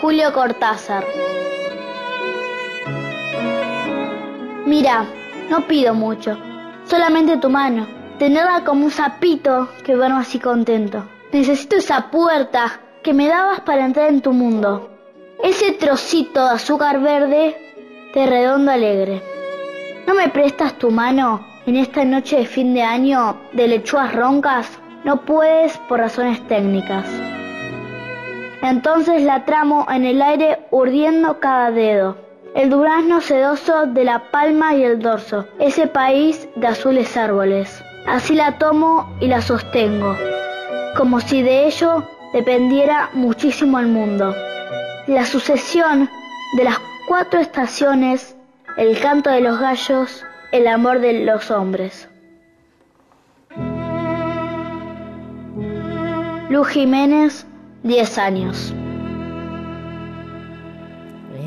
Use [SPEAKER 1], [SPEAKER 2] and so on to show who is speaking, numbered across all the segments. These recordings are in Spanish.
[SPEAKER 1] Julio Cortázar. Mira, no pido mucho, solamente tu mano, tenerla como un sapito que duerma así contento. Necesito esa puerta que me dabas para entrar en tu mundo, ese trocito de azúcar verde de redondo alegre. ¿No me prestas tu mano en esta noche de fin de año de lechugas roncas? No puedes por razones técnicas. Entonces la tramo en el aire urdiendo cada dedo. El durazno sedoso de la palma y el dorso, ese país de azules árboles. Así la tomo y la sostengo, como si de ello dependiera muchísimo el mundo. La sucesión de las cuatro estaciones, el canto de los gallos, el amor de los hombres. Luz Jiménez, 10 años.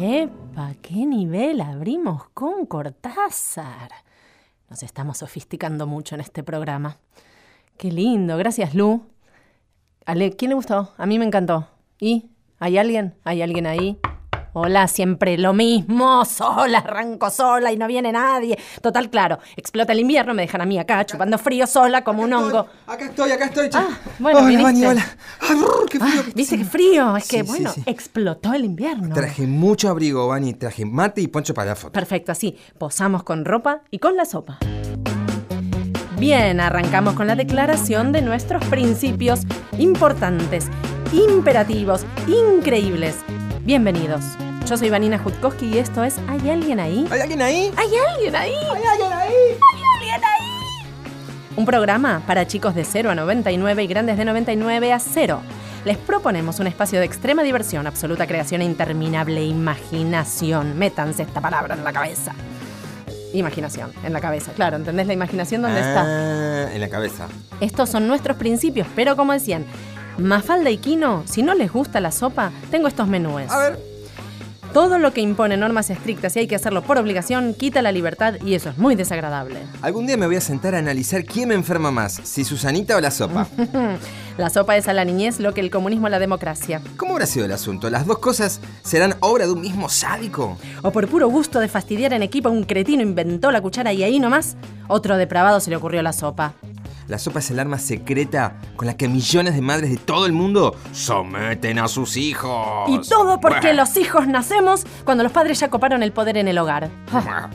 [SPEAKER 2] ¡Epa! ¿Qué nivel abrimos con Cortázar? Nos estamos sofisticando mucho en este programa. Qué lindo, gracias Lu. Ale, ¿quién le gustó? A mí me encantó. ¿Y? ¿Hay alguien? ¿Hay alguien ahí? Hola, siempre lo mismo, sola, arranco sola y no viene nadie. Total, claro, explota el invierno, me dejan a mí acá, chupando frío sola como un
[SPEAKER 3] Acá
[SPEAKER 2] hongo.
[SPEAKER 3] estoy, Acá estoy, acá estoy. che.
[SPEAKER 2] Ah, bueno,
[SPEAKER 3] hola,
[SPEAKER 2] viniste.
[SPEAKER 3] Vani, hola. Ay, brr, qué frío.
[SPEAKER 2] Ah,
[SPEAKER 3] que
[SPEAKER 2] ¿Viste
[SPEAKER 3] sí.
[SPEAKER 2] qué frío? Es que,
[SPEAKER 3] Sí, sí,
[SPEAKER 2] bueno,
[SPEAKER 3] sí.
[SPEAKER 2] explotó el invierno.
[SPEAKER 3] Traje mucho abrigo, Vani. Traje mate y poncho para la foto.
[SPEAKER 2] Perfecto, así. Posamos con ropa y con la sopa. Bien, arrancamos con la declaración de nuestros principios importantes, imperativos, increíbles. Bienvenidos. Yo soy Vanina Jutkowski y esto es ¿Hay alguien ahí?
[SPEAKER 3] ¿Hay alguien ahí?
[SPEAKER 2] ¿Hay alguien ahí?
[SPEAKER 3] ¿Hay alguien ahí?
[SPEAKER 2] Un programa para chicos de 0 a 99 y grandes de 99 a 0. Les proponemos un espacio de extrema diversión, absoluta creación e interminable imaginación. Métanse esta palabra en la cabeza. Imaginación, en la cabeza, claro. ¿Entendés la imaginación dónde está?
[SPEAKER 3] Ah, en la cabeza.
[SPEAKER 2] Estos son nuestros principios, pero como decían, Mafalda y Quino, si no les gusta la sopa, tengo estos menúes.
[SPEAKER 3] A ver.
[SPEAKER 2] Todo lo que impone normas estrictas y hay que hacerlo por obligación quita la libertad y eso es muy desagradable.
[SPEAKER 3] Algún día me voy a sentar a analizar quién me enferma más, si Susanita o la sopa.
[SPEAKER 2] La sopa es a la niñez lo que el comunismo a la democracia.
[SPEAKER 3] ¿Cómo habrá sido el asunto? ¿Las dos cosas serán obra de un mismo sádico?
[SPEAKER 2] O por puro gusto de fastidiar en equipo, un cretino inventó la cuchara y ahí nomás otro depravado se le ocurrió la sopa.
[SPEAKER 3] La sopa es el arma secreta con la que millones de madres de todo el mundo someten a sus hijos.
[SPEAKER 2] Y todo porque
[SPEAKER 3] Bueno.
[SPEAKER 2] los hijos nacemos cuando los padres ya coparon el poder en el hogar. Ah.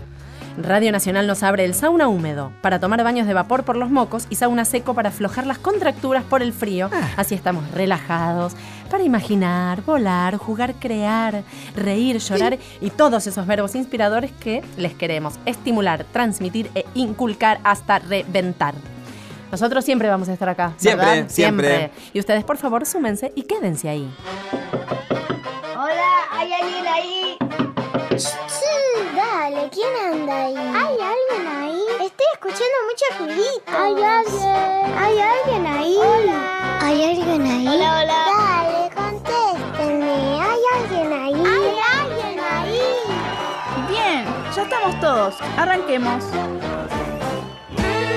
[SPEAKER 2] Radio Nacional nos abre el sauna húmedo para tomar baños de vapor por los mocos y sauna seco para aflojar las contracturas por el frío.
[SPEAKER 3] Ah.
[SPEAKER 2] Así estamos relajados para imaginar, volar, jugar, crear, reír, llorar y todos esos verbos inspiradores que les queremos estimular, transmitir e inculcar hasta reventar. Nosotros siempre vamos a estar acá.
[SPEAKER 3] Siempre,
[SPEAKER 2] ¿verdad?
[SPEAKER 3] siempre.
[SPEAKER 2] Y ustedes, por favor, súmense y quédense ahí.
[SPEAKER 4] Hola, ¿hay alguien ahí?
[SPEAKER 5] Sí, dale, ¿quién anda ahí?
[SPEAKER 4] ¿Hay alguien ahí?
[SPEAKER 5] Estoy escuchando mucha juguito.
[SPEAKER 4] ¿Hay alguien?
[SPEAKER 5] ¿Hay alguien ahí?
[SPEAKER 4] Hola.
[SPEAKER 5] ¿Hay alguien ahí?
[SPEAKER 4] Hola, hola.
[SPEAKER 5] Dale,
[SPEAKER 1] Este,
[SPEAKER 5] contéstenme. ¿Hay alguien ahí?
[SPEAKER 4] ¿Hay alguien ahí?
[SPEAKER 6] Bien, ya estamos todos. Arranquemos.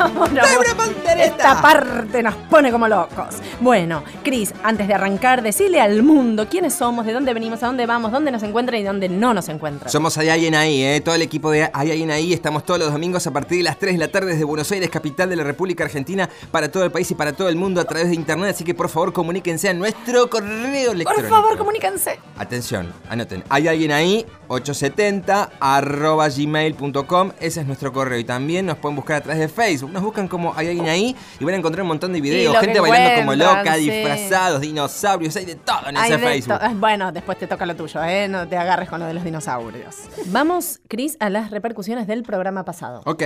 [SPEAKER 2] ¿Cómo no?
[SPEAKER 3] Débora Pantereta.
[SPEAKER 2] Esta parte nos pone como locos. Bueno, Cris, antes de arrancar, decile al mundo quiénes somos, de dónde venimos, a dónde vamos, dónde nos encuentran y dónde no nos encuentran.
[SPEAKER 3] Somos Hay Alguien Ahí, ¿eh? todo el equipo de Hay Alguien Ahí. Estamos todos los domingos a partir de las 3 de la tarde desde Buenos Aires, capital de la República Argentina, para todo el país y para todo el mundo a través de internet. Así que por favor comuníquense a nuestro correo electrónico.
[SPEAKER 2] Por favor, comuníquense.
[SPEAKER 3] Atención, anoten. Hay alguien ahí, 870 arroba gmail.com. Ese es nuestro correo. Y también nos pueden buscar a través de Facebook. Nos buscan como Hay alguien ahí y van a encontrar un montón de videos.
[SPEAKER 2] lo
[SPEAKER 3] Gente
[SPEAKER 2] que
[SPEAKER 3] bailando como
[SPEAKER 2] encuentran,
[SPEAKER 3] loca,
[SPEAKER 2] sí.
[SPEAKER 3] disfrazados, dinosaurios. Hay de todo en
[SPEAKER 2] Ay,
[SPEAKER 3] ese
[SPEAKER 2] de
[SPEAKER 3] Facebook.
[SPEAKER 2] to- Bueno, después te toca lo tuyo, ¿eh? No te agarres con lo de los dinosaurios. Vamos, Cris, a las repercusiones del programa pasado.
[SPEAKER 3] Ok.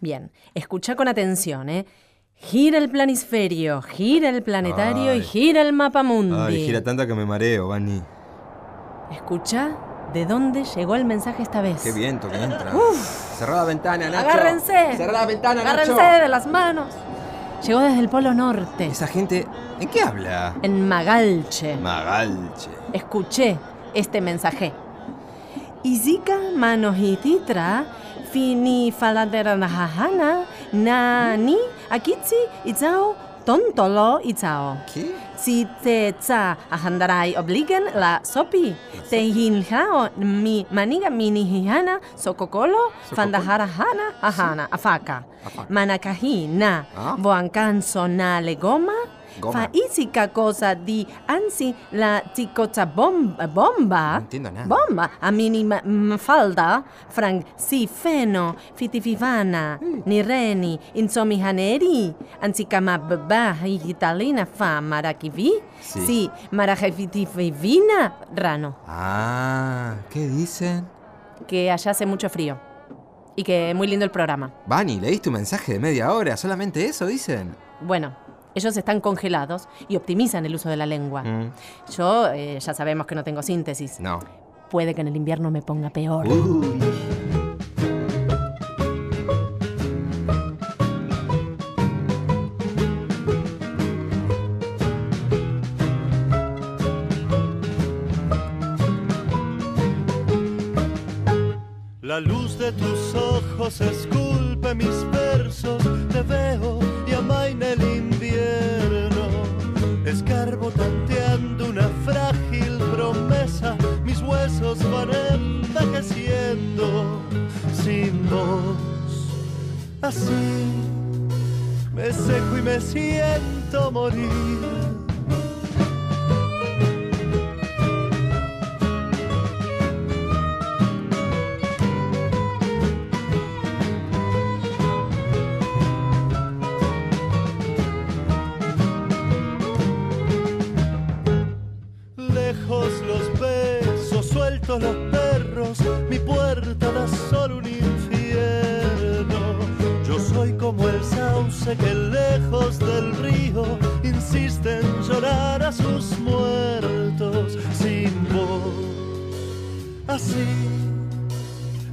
[SPEAKER 2] Bien, escucha con atención, ¿eh? Gira el planisferio, gira el planetario
[SPEAKER 3] Ay.
[SPEAKER 2] y gira el mapamundi.
[SPEAKER 3] tanto que me mareo, Vani.
[SPEAKER 2] Escucha de dónde llegó el mensaje esta vez.
[SPEAKER 3] Qué viento que entra. Cerrada ventana, Nacho.
[SPEAKER 2] Agárrense.
[SPEAKER 3] Cerrada ventana,
[SPEAKER 2] Agárrense
[SPEAKER 3] Nacho.
[SPEAKER 2] de las manos. Llegó desde el Polo Norte,
[SPEAKER 3] Esa gente. ¿En qué habla?
[SPEAKER 2] en Magalche.
[SPEAKER 3] Magalche.
[SPEAKER 2] Escuché este mensaje. Izika manojititra fini faladeranajajana nani akitsi itzao tontolo y chao.
[SPEAKER 3] ¿Qué?
[SPEAKER 2] Si te cha ajandarai obliguen la sopi, te hinjao mi maniga mini hijana, sococolo, fandajarajana, ajana, afaca,
[SPEAKER 3] Afaca.
[SPEAKER 2] manacajina,
[SPEAKER 3] Ah.
[SPEAKER 2] boancansona legoma,
[SPEAKER 3] Goma.
[SPEAKER 2] faísica cosa di ansi la chicocha bomba, bomba,
[SPEAKER 3] No entiendo nada.
[SPEAKER 2] bomba, a mini ma- m- falda, frank, si feno, fitifivana,
[SPEAKER 3] Mm.
[SPEAKER 2] nireni, insomihaneri, ansicama baba, italina fa marakivi,
[SPEAKER 3] Sí.
[SPEAKER 2] si marajefitifivina, rano,
[SPEAKER 3] Ah, ¿qué dicen?
[SPEAKER 2] que allá hace mucho frío y que muy lindo el programa.
[SPEAKER 3] Vani, leíste un mensaje de media hora, solamente eso dicen.
[SPEAKER 2] Bueno, ellos están congelados y optimizan el uso de la lengua.
[SPEAKER 3] Mm,
[SPEAKER 2] Yo eh, ya sabemos que no tengo síntesis.
[SPEAKER 3] no. Uh.
[SPEAKER 2] Puede que en el invierno me ponga peor.
[SPEAKER 7] La luz de tus ojos esculpe mis versos, te veo y amaina el invierno. Escarbo tanteando una frágil promesa, mis huesos van envejeciendo sin voz. Así me seco y me siento morir. Lejos los besos, sueltos los perros, mi puerta da solo un infierno. Yo soy como el sauce que lejos del río insiste en llorar a sus muertos sin voz. Así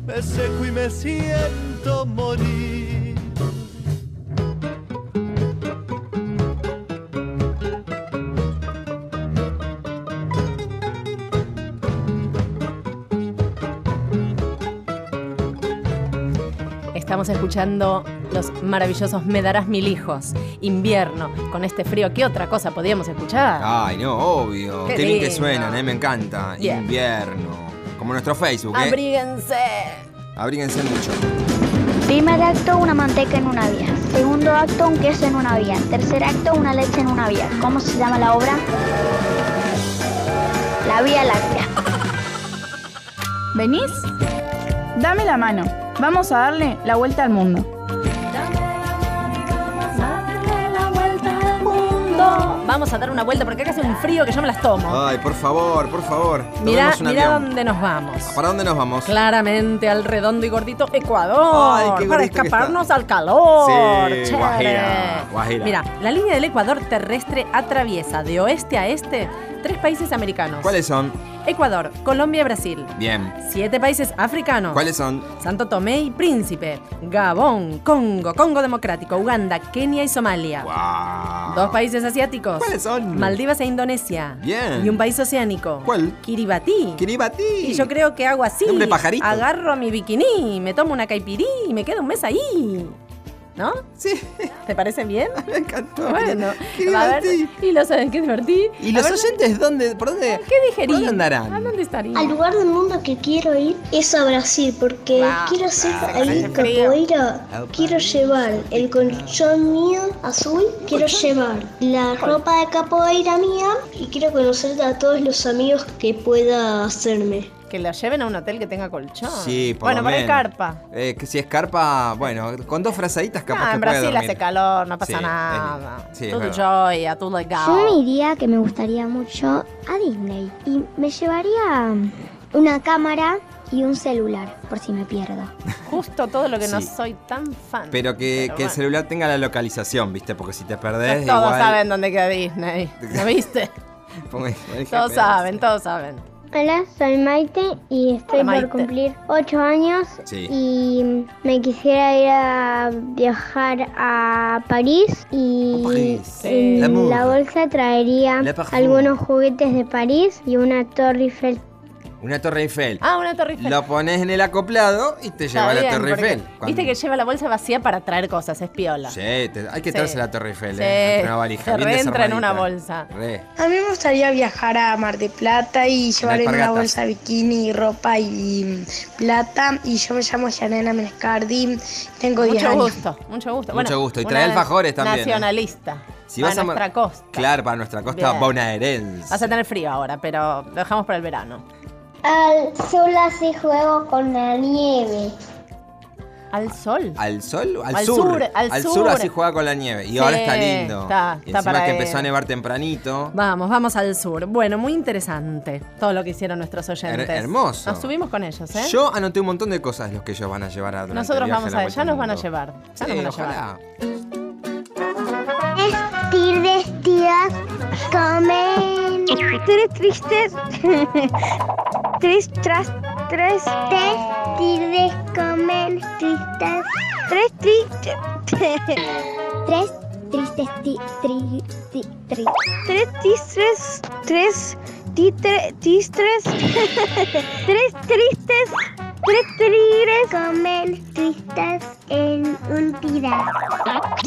[SPEAKER 7] me seco y me siento morir.
[SPEAKER 2] Estamos escuchando los maravillosos Me darás mil hijos. Invierno, con este frío, ¿qué otra cosa podíamos escuchar?
[SPEAKER 3] Ay, no, obvio. Qué,
[SPEAKER 2] Ah. Qué
[SPEAKER 3] bien que
[SPEAKER 2] lindo.
[SPEAKER 3] suenan, eh, me encanta.
[SPEAKER 2] Bien.
[SPEAKER 3] Invierno. Como nuestro Facebook, ¿eh?
[SPEAKER 2] ¡Abríguense!
[SPEAKER 3] Abríguense mucho.
[SPEAKER 1] Primer acto, una manteca en una vía. Segundo acto, un queso en una vía. Tercer acto, una leche en una vía. ¿Cómo se llama la obra? La Vía Láctea.
[SPEAKER 6] ¿Venís? Dame la mano. Vamos a darle la vuelta al mundo.
[SPEAKER 2] Vamos a dar una vuelta porque acá hace un frío que yo me las tomo.
[SPEAKER 3] Ay, por favor, por favor.
[SPEAKER 2] Mirá,
[SPEAKER 3] Tomemos un
[SPEAKER 2] mirá
[SPEAKER 3] avión.
[SPEAKER 2] dónde nos vamos.
[SPEAKER 3] ¿Para dónde nos vamos?
[SPEAKER 2] Claramente al redondo y gordito
[SPEAKER 3] Ay,
[SPEAKER 2] Ecuador.
[SPEAKER 3] qué gordito
[SPEAKER 2] para
[SPEAKER 3] que
[SPEAKER 2] escaparnos al calor.
[SPEAKER 3] Sí,
[SPEAKER 2] Chévere.
[SPEAKER 3] guajira, guajira.
[SPEAKER 2] Mira, la línea del Ecuador terrestre atraviesa de oeste a este tres países americanos.
[SPEAKER 3] ¿Cuáles son?
[SPEAKER 2] Ecuador, Colombia y Brasil.
[SPEAKER 3] Bien.
[SPEAKER 2] Siete países africanos.
[SPEAKER 3] ¿Cuáles son?
[SPEAKER 2] Santo Tomé y Príncipe, Gabón, Congo, Congo Democrático, Uganda, Kenia y Somalia.
[SPEAKER 3] Guau.
[SPEAKER 2] Dos países asiáticos.
[SPEAKER 3] ¿Cuáles son?
[SPEAKER 2] Maldivas e Indonesia.
[SPEAKER 3] Bien.
[SPEAKER 2] Y un país oceánico.
[SPEAKER 3] ¿Cuál?
[SPEAKER 2] Kiribati.
[SPEAKER 3] Kiribati.
[SPEAKER 2] Y yo creo que hago así.
[SPEAKER 3] Nombre pajarito.
[SPEAKER 2] Agarro mi bikini, me tomo una caipirí y me quedo un mes ahí. ¿No?
[SPEAKER 3] Sí,
[SPEAKER 2] ¿Te parece bien?
[SPEAKER 3] me encantó.
[SPEAKER 2] Bueno, va a
[SPEAKER 3] Kiribati.
[SPEAKER 2] ver. Y lo saben que divertí.
[SPEAKER 3] ¿Y
[SPEAKER 2] A
[SPEAKER 3] los
[SPEAKER 2] ver,
[SPEAKER 3] oyentes dónde? ¿Por dónde?
[SPEAKER 2] ¿Qué digerí?
[SPEAKER 3] ¿Por dónde
[SPEAKER 2] ¿A
[SPEAKER 3] andarán?
[SPEAKER 2] dónde estaría?
[SPEAKER 5] Al lugar del mundo que quiero ir es a Brasil porque
[SPEAKER 2] Wow.
[SPEAKER 5] quiero hacer ahí
[SPEAKER 2] hace frío.
[SPEAKER 5] capoeira. Quiero llevar el colchón mío azul, quiero llevar la ropa de capoeira mía y quiero conocer a todos los amigos que pueda hacerme.
[SPEAKER 2] Que lo lleven a un hotel que tenga colchón.
[SPEAKER 3] Sí, por
[SPEAKER 2] Bueno,
[SPEAKER 3] lo
[SPEAKER 2] por el
[SPEAKER 3] menos.
[SPEAKER 2] carpa.
[SPEAKER 3] Eh, que si es carpa, bueno, con dos frazaditas capaz
[SPEAKER 2] Ah,
[SPEAKER 3] que
[SPEAKER 2] en
[SPEAKER 3] pueda
[SPEAKER 2] Brasil
[SPEAKER 3] dormir.
[SPEAKER 2] hace calor, no pasa
[SPEAKER 3] Sí, es
[SPEAKER 2] nada.
[SPEAKER 3] lindo. Sí, es
[SPEAKER 2] todo
[SPEAKER 3] verdad.
[SPEAKER 2] joya, todo
[SPEAKER 5] Yo me
[SPEAKER 2] gao.
[SPEAKER 5] diría que me gustaría mucho a Disney y me llevaría
[SPEAKER 8] mm,
[SPEAKER 5] una cámara y un celular por si me pierdo.
[SPEAKER 2] Justo todo lo que no
[SPEAKER 3] Sí.
[SPEAKER 2] soy tan fan.
[SPEAKER 3] Pero que, que el
[SPEAKER 2] bueno.
[SPEAKER 3] celular tenga la localización, ¿viste? Porque si te perdés,
[SPEAKER 2] Todos
[SPEAKER 3] igual...
[SPEAKER 2] saben dónde queda Disney. ¿Lo viste?
[SPEAKER 3] Pon el- pon el
[SPEAKER 2] todos
[SPEAKER 3] GPS.
[SPEAKER 2] saben, todos saben.
[SPEAKER 5] Hola, soy Maite y estoy
[SPEAKER 2] Hola, Maite.
[SPEAKER 5] por cumplir 8 años
[SPEAKER 3] Sí.
[SPEAKER 5] y me quisiera ir a viajar a París y
[SPEAKER 3] A París.
[SPEAKER 5] en
[SPEAKER 3] Sí. L'amour.
[SPEAKER 5] la bolsa traería
[SPEAKER 3] Le parfum.
[SPEAKER 5] algunos juguetes de París y una Torre Eiffel
[SPEAKER 3] Una Torre Eiffel.
[SPEAKER 2] Ah, una torre Eiffel.
[SPEAKER 3] Lo pones en el acoplado y te lleva
[SPEAKER 2] Está
[SPEAKER 3] a la
[SPEAKER 2] bien,
[SPEAKER 3] Torre
[SPEAKER 2] porque
[SPEAKER 3] Eiffel. Cuando-
[SPEAKER 2] Viste que lleva la bolsa vacía para traer cosas, es piola.
[SPEAKER 3] Sí, te- hay que
[SPEAKER 2] Sí.
[SPEAKER 3] traerse la Torre Eiffel,
[SPEAKER 2] Sí.
[SPEAKER 3] ¿eh? Entre una valija.
[SPEAKER 2] Se
[SPEAKER 3] bien
[SPEAKER 2] reentra en
[SPEAKER 3] desarmadita.
[SPEAKER 2] una bolsa.
[SPEAKER 3] Re.
[SPEAKER 9] A mí me gustaría viajar a Mar de Plata y llevar en una
[SPEAKER 3] alpargatas.
[SPEAKER 9] bolsa bikini, ropa y mm, plata. Y yo me llamo Janena Menescardi, tengo 10
[SPEAKER 2] Mucho
[SPEAKER 9] años.
[SPEAKER 2] gusto, mucho gusto. Bueno,
[SPEAKER 3] Mucho gusto. Y
[SPEAKER 2] una
[SPEAKER 3] trae alfajores también, ¿eh?
[SPEAKER 2] Nacionalista.
[SPEAKER 3] Si
[SPEAKER 2] a
[SPEAKER 3] vas a Mar-
[SPEAKER 2] nuestra costa.
[SPEAKER 3] Claro, para nuestra costa
[SPEAKER 2] Bien.
[SPEAKER 3] bonaerense.
[SPEAKER 2] Vas a tener frío ahora, pero lo dejamos para el verano.
[SPEAKER 4] Al sol así juego con la nieve.
[SPEAKER 2] Al sol.
[SPEAKER 3] ¿Al sol? o Al,
[SPEAKER 2] Al
[SPEAKER 3] sur.
[SPEAKER 2] sur, al
[SPEAKER 3] al sur.
[SPEAKER 2] sur.
[SPEAKER 3] así juega con la nieve. Y
[SPEAKER 2] Sí,
[SPEAKER 3] ahora está lindo.
[SPEAKER 2] está-
[SPEAKER 3] y
[SPEAKER 2] está
[SPEAKER 3] encima
[SPEAKER 2] para
[SPEAKER 3] que empezó a
[SPEAKER 2] eso.
[SPEAKER 3] nevar tempranito.
[SPEAKER 2] Vamos, vamos al sur. Bueno, muy interesante todo lo que hicieron nuestros oyentes.
[SPEAKER 3] Her- hermoso.
[SPEAKER 2] Nos subimos con ellos, ¿eh?
[SPEAKER 3] Yo anoté un montón de cosas los que ellos van a llevar a durante
[SPEAKER 2] Nosotros
[SPEAKER 3] el viaje
[SPEAKER 2] vamos
[SPEAKER 3] la
[SPEAKER 2] a
[SPEAKER 3] vuelta
[SPEAKER 2] ya
[SPEAKER 3] al
[SPEAKER 2] nos van a
[SPEAKER 3] mundo.
[SPEAKER 2] llevar. Ya
[SPEAKER 3] Sí,
[SPEAKER 2] nos van a llevar.
[SPEAKER 3] ojalá.
[SPEAKER 4] Vestir, vestidas, comen. Tres tristes. Tres tras, tres. Tres tristes comen tristes. Tres tristes. Tres tristes ti, tri, ti, tri. Tres tristes. Tres titre, tristes. tres tristes. Tres tigres comen tristes en un tirar.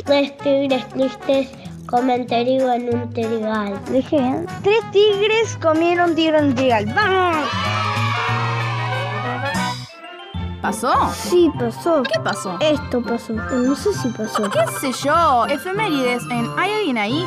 [SPEAKER 5] Tres tigres tristes comen trigo en un trigal. ¿Dije bien?
[SPEAKER 4] Tres tigres comieron tigre en trigal. ¡Vamos!
[SPEAKER 6] ¿Pasó?
[SPEAKER 1] Sí, pasó.
[SPEAKER 6] ¿Qué pasó?
[SPEAKER 1] Esto pasó. No sé si pasó.
[SPEAKER 6] ¿Qué sé yo? Efemérides en ¿Hay alguien ahí?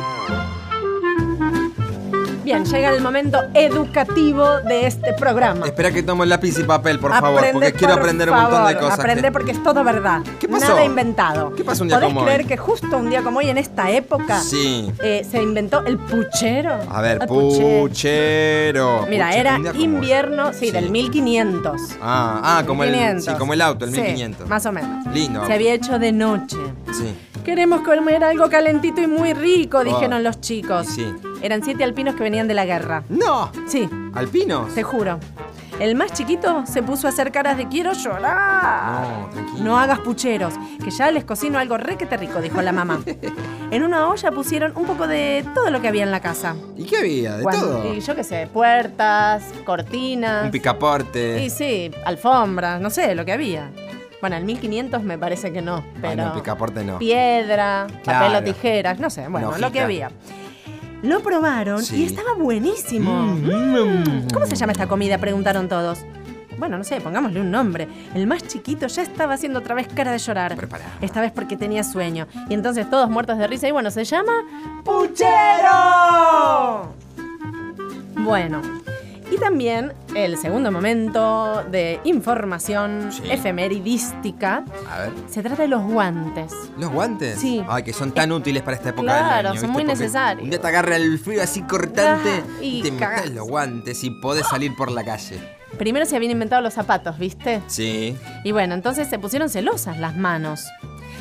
[SPEAKER 2] Bien, llega el momento educativo de este programa.
[SPEAKER 3] Espera que tomo lápiz y papel, por favor,
[SPEAKER 2] Aprende,
[SPEAKER 3] porque quiero
[SPEAKER 2] por
[SPEAKER 3] aprender un montón de
[SPEAKER 2] favor.
[SPEAKER 3] cosas.
[SPEAKER 2] Aprende
[SPEAKER 3] que-
[SPEAKER 2] porque es todo verdad.
[SPEAKER 3] ¿Qué pasó?
[SPEAKER 2] Nada inventado.
[SPEAKER 3] ¿Qué pasó un día
[SPEAKER 2] ¿Podés
[SPEAKER 3] como
[SPEAKER 2] creer
[SPEAKER 3] hoy?
[SPEAKER 2] que justo un día como hoy, en esta época,
[SPEAKER 3] Sí.
[SPEAKER 2] eh, se inventó el puchero?
[SPEAKER 3] A ver,
[SPEAKER 2] El
[SPEAKER 3] puchero.
[SPEAKER 2] Mira,
[SPEAKER 3] Pucha,
[SPEAKER 2] era
[SPEAKER 3] un día como hoy.
[SPEAKER 2] invierno, sí,
[SPEAKER 3] Sí.
[SPEAKER 2] del 1500.
[SPEAKER 3] Ah, ah, como el,
[SPEAKER 2] 1500.
[SPEAKER 3] sí, como el auto, el
[SPEAKER 2] Sí,
[SPEAKER 3] 1500.
[SPEAKER 2] más o menos.
[SPEAKER 3] Lindo.
[SPEAKER 2] Se había hecho de noche.
[SPEAKER 3] Sí.
[SPEAKER 2] Queremos comer algo calentito y muy rico, dijeron los chicos.
[SPEAKER 3] Oh. Sí.
[SPEAKER 2] Eran siete alpinos que venían de la guerra.
[SPEAKER 3] No,
[SPEAKER 2] Sí,
[SPEAKER 3] alpinos.
[SPEAKER 2] te juro. El más chiquito se puso a hacer caras de quiero llorar.
[SPEAKER 3] No, tranquilo.
[SPEAKER 2] No hagas pucheros, que ya les cocino algo requete rico, dijo la mamá. En una olla pusieron un poco de todo lo que había en la casa.
[SPEAKER 3] ¿Y qué había? De
[SPEAKER 2] Guan-
[SPEAKER 3] todo.
[SPEAKER 2] Y yo qué sé, puertas, cortinas.
[SPEAKER 3] Un picaporte.
[SPEAKER 2] Y sí, alfombras, no sé, lo que había. Bueno, el 1500 me parece que no,
[SPEAKER 3] Ay,
[SPEAKER 2] pero
[SPEAKER 3] no, picaporte no.
[SPEAKER 2] piedra, papel
[SPEAKER 3] Claro.
[SPEAKER 2] o tijeras, no sé, bueno,
[SPEAKER 3] Una
[SPEAKER 2] lo que
[SPEAKER 3] hojita.
[SPEAKER 2] había. Lo probaron
[SPEAKER 3] Sí.
[SPEAKER 2] y estaba buenísimo. Mm, ¿Cómo se llama esta comida? Preguntaron todos. Bueno, no sé, pongámosle un nombre. El más chiquito ya estaba haciendo otra vez cara de llorar.
[SPEAKER 3] Preparado.
[SPEAKER 2] Esta vez porque tenía sueño. Y entonces todos muertos de risa y bueno, se llama Puchero. Bueno. Y también el segundo momento de información
[SPEAKER 3] Sí.
[SPEAKER 2] efemeridística.
[SPEAKER 3] A ver.
[SPEAKER 2] Se trata de los guantes.
[SPEAKER 3] ¿Los guantes? Ah.
[SPEAKER 2] Sí. Eh,
[SPEAKER 3] Ay, que son tan útiles para esta época del
[SPEAKER 2] Claro,
[SPEAKER 3] año. ¿viste?
[SPEAKER 2] son muy
[SPEAKER 3] Porque
[SPEAKER 2] necesarios.
[SPEAKER 3] Un día te agarra el frío así cortante
[SPEAKER 2] Ah,
[SPEAKER 3] y,
[SPEAKER 2] y
[SPEAKER 3] te metes
[SPEAKER 2] cagás.
[SPEAKER 3] los guantes y podés salir por la calle.
[SPEAKER 2] Primero se habían inventado los zapatos, ¿viste?
[SPEAKER 3] Sí.
[SPEAKER 2] Y bueno, entonces se pusieron celosas las manos.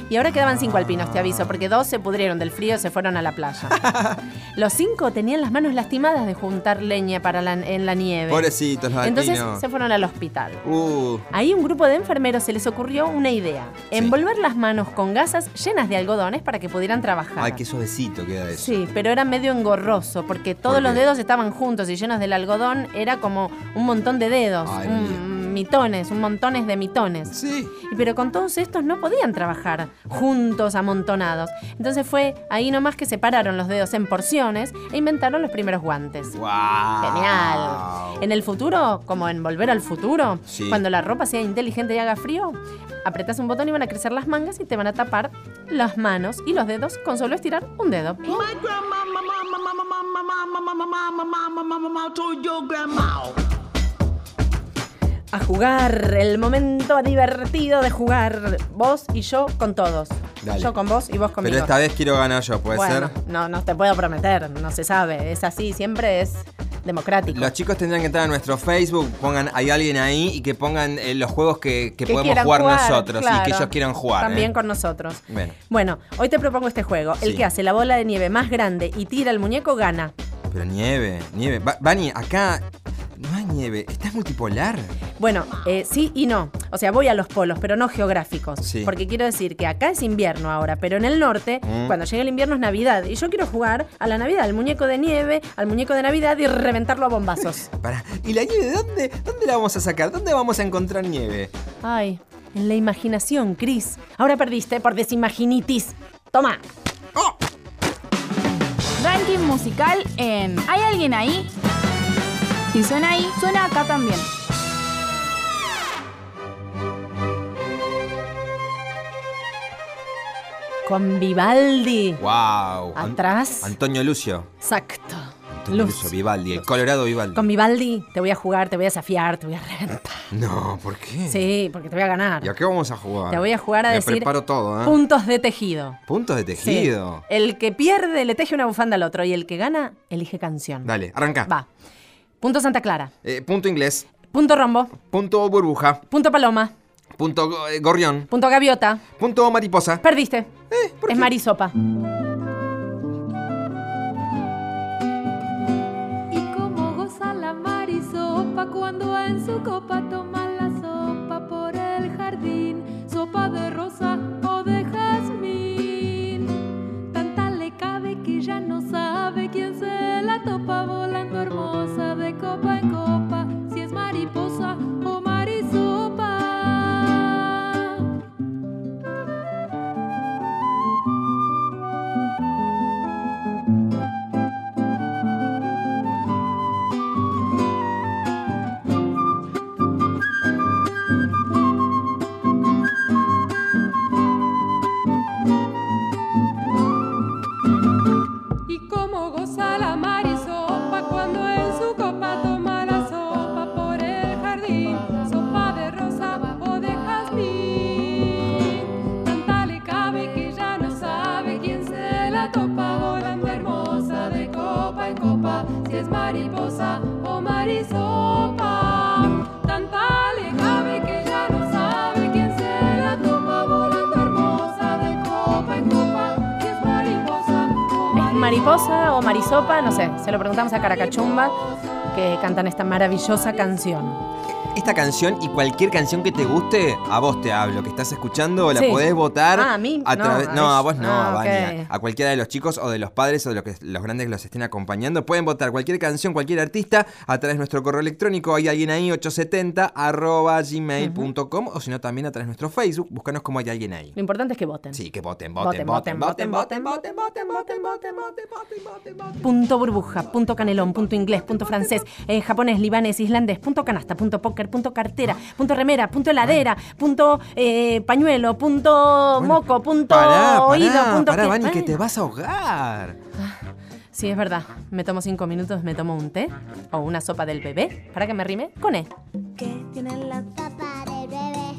[SPEAKER 2] Y ahora quedaban cinco alpinos, te aviso, porque dos se pudrieron del frío y se fueron a la playa. Los cinco tenían las manos lastimadas de juntar leña para la- en la nieve.
[SPEAKER 3] Pobrecitos los
[SPEAKER 2] Entonces
[SPEAKER 3] alpinos.
[SPEAKER 2] se fueron al hospital.
[SPEAKER 3] Uh,
[SPEAKER 2] Ahí un grupo de enfermeros se les ocurrió una idea.
[SPEAKER 3] Sí.
[SPEAKER 2] Envolver las manos con gasas llenas de algodones para que pudieran trabajar.
[SPEAKER 3] ay, qué suavecito queda eso.
[SPEAKER 2] Sí, pero era medio engorroso porque todos
[SPEAKER 3] ¿Por
[SPEAKER 2] los
[SPEAKER 3] qué?
[SPEAKER 2] dedos estaban juntos y llenos del algodón. Era como un montón de dedos,
[SPEAKER 3] Ay,
[SPEAKER 2] un-
[SPEAKER 3] Dios.
[SPEAKER 2] mitones, un montones de mitones.
[SPEAKER 3] Sí.
[SPEAKER 2] Y Pero con todos estos no podían trabajar juntos, amontonados. Entonces fue ahí nomás que separaron los dedos en porciones e inventaron los primeros guantes.
[SPEAKER 3] Wow.
[SPEAKER 2] Genial. En el futuro, como en Volver al Futuro,
[SPEAKER 3] Sí.
[SPEAKER 2] cuando la ropa sea inteligente y haga frío, apretás un botón y van a crecer las mangas y te van a tapar las manos y los dedos con solo estirar un dedo. A jugar, el momento divertido de jugar. Vos y yo con todos.
[SPEAKER 3] Dale.
[SPEAKER 2] Yo con vos y vos conmigo.
[SPEAKER 3] Pero esta vez quiero ganar yo, ¿puede ser?
[SPEAKER 2] bueno, no, no te puedo prometer, no se sabe. Es así, siempre es democrático.
[SPEAKER 3] Los chicos tendrán que entrar a nuestro Facebook, pongan hay alguien ahí y que pongan eh, los juegos que, que podemos
[SPEAKER 2] quieran
[SPEAKER 3] jugar, nosotros y que
[SPEAKER 2] claro.
[SPEAKER 3] ellos quieran jugar. ¿eh?
[SPEAKER 2] También con nosotros.
[SPEAKER 3] Bueno.
[SPEAKER 2] Bueno, hoy te propongo este juego. El
[SPEAKER 3] Sí.
[SPEAKER 2] que hace la bola de nieve más grande y tira el muñeco gana.
[SPEAKER 3] Pero nieve, nieve. Ba- Bani, acá No hay nieve. ¿Estás multipolar?
[SPEAKER 2] Bueno, eh, sí y no. O sea, voy a los polos, pero no geográficos.
[SPEAKER 3] Sí.
[SPEAKER 2] Porque quiero decir que acá es invierno ahora, pero en el norte,
[SPEAKER 3] Mm.
[SPEAKER 2] cuando llega el invierno es Navidad. Y yo quiero jugar a la Navidad, al muñeco de nieve, al muñeco de Navidad y reventarlo a bombazos.
[SPEAKER 3] Pará. ¿Y la nieve dónde? ¿Dónde la vamos a sacar? ¿Dónde vamos a encontrar nieve?
[SPEAKER 2] Ay, en la imaginación, Chris. Ahora perdiste por desimaginitis. Toma.
[SPEAKER 3] Oh.
[SPEAKER 6] Ranking musical en ¿Hay alguien ahí? Si suena ahí, suena acá también.
[SPEAKER 2] Con Vivaldi.
[SPEAKER 3] ¡Wow! An-
[SPEAKER 2] Atrás.
[SPEAKER 3] Antonio Lucio.
[SPEAKER 2] Exacto.
[SPEAKER 3] Antonio Lucio Vivaldi, el Colorado Vivaldi.
[SPEAKER 2] Con Vivaldi te voy a jugar, te voy a desafiar, te voy a reventar.
[SPEAKER 3] No, ¿por qué?
[SPEAKER 2] Sí, porque te voy a ganar.
[SPEAKER 3] ¿Y a qué vamos a jugar?
[SPEAKER 2] Te voy a jugar a
[SPEAKER 3] Me
[SPEAKER 2] decir
[SPEAKER 3] preparo todo, ¿eh?
[SPEAKER 2] puntos de tejido.
[SPEAKER 3] Puntos de
[SPEAKER 2] Sí.
[SPEAKER 3] tejido.
[SPEAKER 2] El que pierde le teje una bufanda al otro y el que gana elige canción.
[SPEAKER 3] Dale, arranca.
[SPEAKER 2] Eh, Va. Punto Santa Clara.
[SPEAKER 3] Eh, punto inglés.
[SPEAKER 2] Punto Rombo.
[SPEAKER 3] Punto burbuja.
[SPEAKER 2] Punto Paloma.
[SPEAKER 3] Punto go- eh, gorrión.
[SPEAKER 2] Punto Gaviota.
[SPEAKER 3] Punto mariposa.
[SPEAKER 2] Perdiste.
[SPEAKER 3] Eh, ¿por
[SPEAKER 2] Es
[SPEAKER 3] qué?
[SPEAKER 2] Marisopa.
[SPEAKER 10] Y como goza la marisopa cuando en su copa toma la sopa por el jardín, sopa de rosa o de jazmín. Tanta le cabe que ya no sabe quién se la topa volando hermosa de copa en copa, si es mariposa o marisopa. Y cómo goza la marisopa cuando en su copa toma la sopa por el jardín, sopa de rosa o de jazmín. Tanta le cabe que ya no sabe quién se la topa volando hermosa de copa en copa, si es mariposa o marisopa. Tanta le cabe que ya no sabe quién se la topa volando hermosa de copa en copa, si es mariposa o
[SPEAKER 2] Es Mariposa o Marisopa, no sé. Se lo preguntamos a Caracachumba, que cantan esta maravillosa canción.
[SPEAKER 3] Esta canción y cualquier canción que te guste, a vos te hablo, que estás escuchando, la
[SPEAKER 2] Sí.
[SPEAKER 3] podés votar.
[SPEAKER 2] Ah, a mí, no,
[SPEAKER 3] través-
[SPEAKER 2] a
[SPEAKER 3] no,
[SPEAKER 2] ellos.
[SPEAKER 3] a vos no,
[SPEAKER 2] Ah,
[SPEAKER 3] Vania.
[SPEAKER 2] ok.
[SPEAKER 3] A cualquiera de los chicos o de los padres o de los, que, los grandes que los estén acompañando, pueden votar cualquier canción, cualquier artista a través de nuestro correo electrónico. Hay alguien ahí, 870 arroba gmail.com o si no, también a través de nuestro Facebook. Búscanos como hay alguien ahí.
[SPEAKER 2] Lo importante es que voten.
[SPEAKER 3] Sí, que voten, voten, voten,
[SPEAKER 2] Voten,
[SPEAKER 3] voten,
[SPEAKER 2] voten,
[SPEAKER 3] voten,
[SPEAKER 2] voten,
[SPEAKER 3] voten, voten, voten, voten, voten, voten, voten, voten.
[SPEAKER 2] Punto burbuja, punto canelón, punto inglés, punto francés, eh, japonés, libanés, islandés, punto canasta, punto póker, punto cartera, punto remera, punto heladera, punto eh, pañuelo, punto
[SPEAKER 3] Bueno,
[SPEAKER 2] moco, punto
[SPEAKER 3] pará,
[SPEAKER 2] oído,
[SPEAKER 3] pará,
[SPEAKER 2] punto...
[SPEAKER 3] pará,
[SPEAKER 2] qué-
[SPEAKER 3] Vani, que
[SPEAKER 2] Bueno.
[SPEAKER 3] te vas a ahogar.
[SPEAKER 2] Sí, es verdad. Me tomo cinco minutos, me tomo un té o una sopa del bebé para que me rime con E.
[SPEAKER 10] Que tienen la
[SPEAKER 4] Papá del bebé,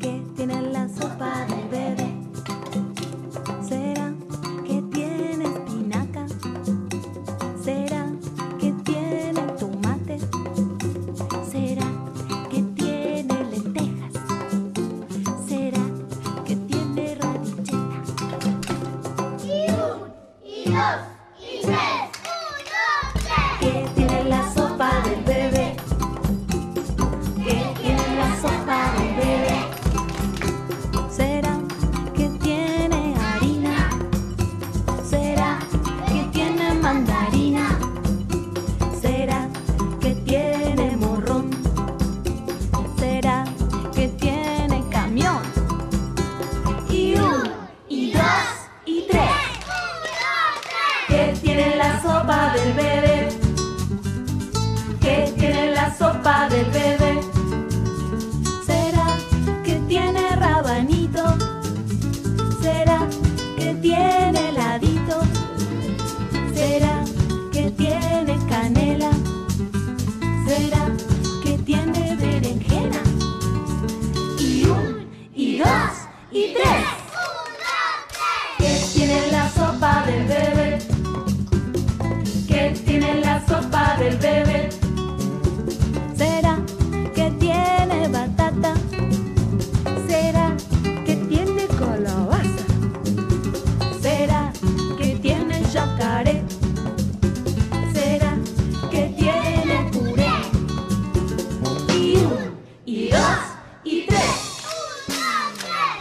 [SPEAKER 10] que tienen la sopa del bebé. ¿Será que tiene espinaca? ¿Será que tiene tomate? ¿Será que tiene lentejas? ¿Será que tiene radicheta?
[SPEAKER 4] y tres, uno, tres.
[SPEAKER 10] Que tiene la sopa del bebé. Que tiene la sopa del bebé. Será que tiene harina. Será que tiene mandarina. Será que tiene morrón. Será que tiene camión. Y uno, y dos, y tres.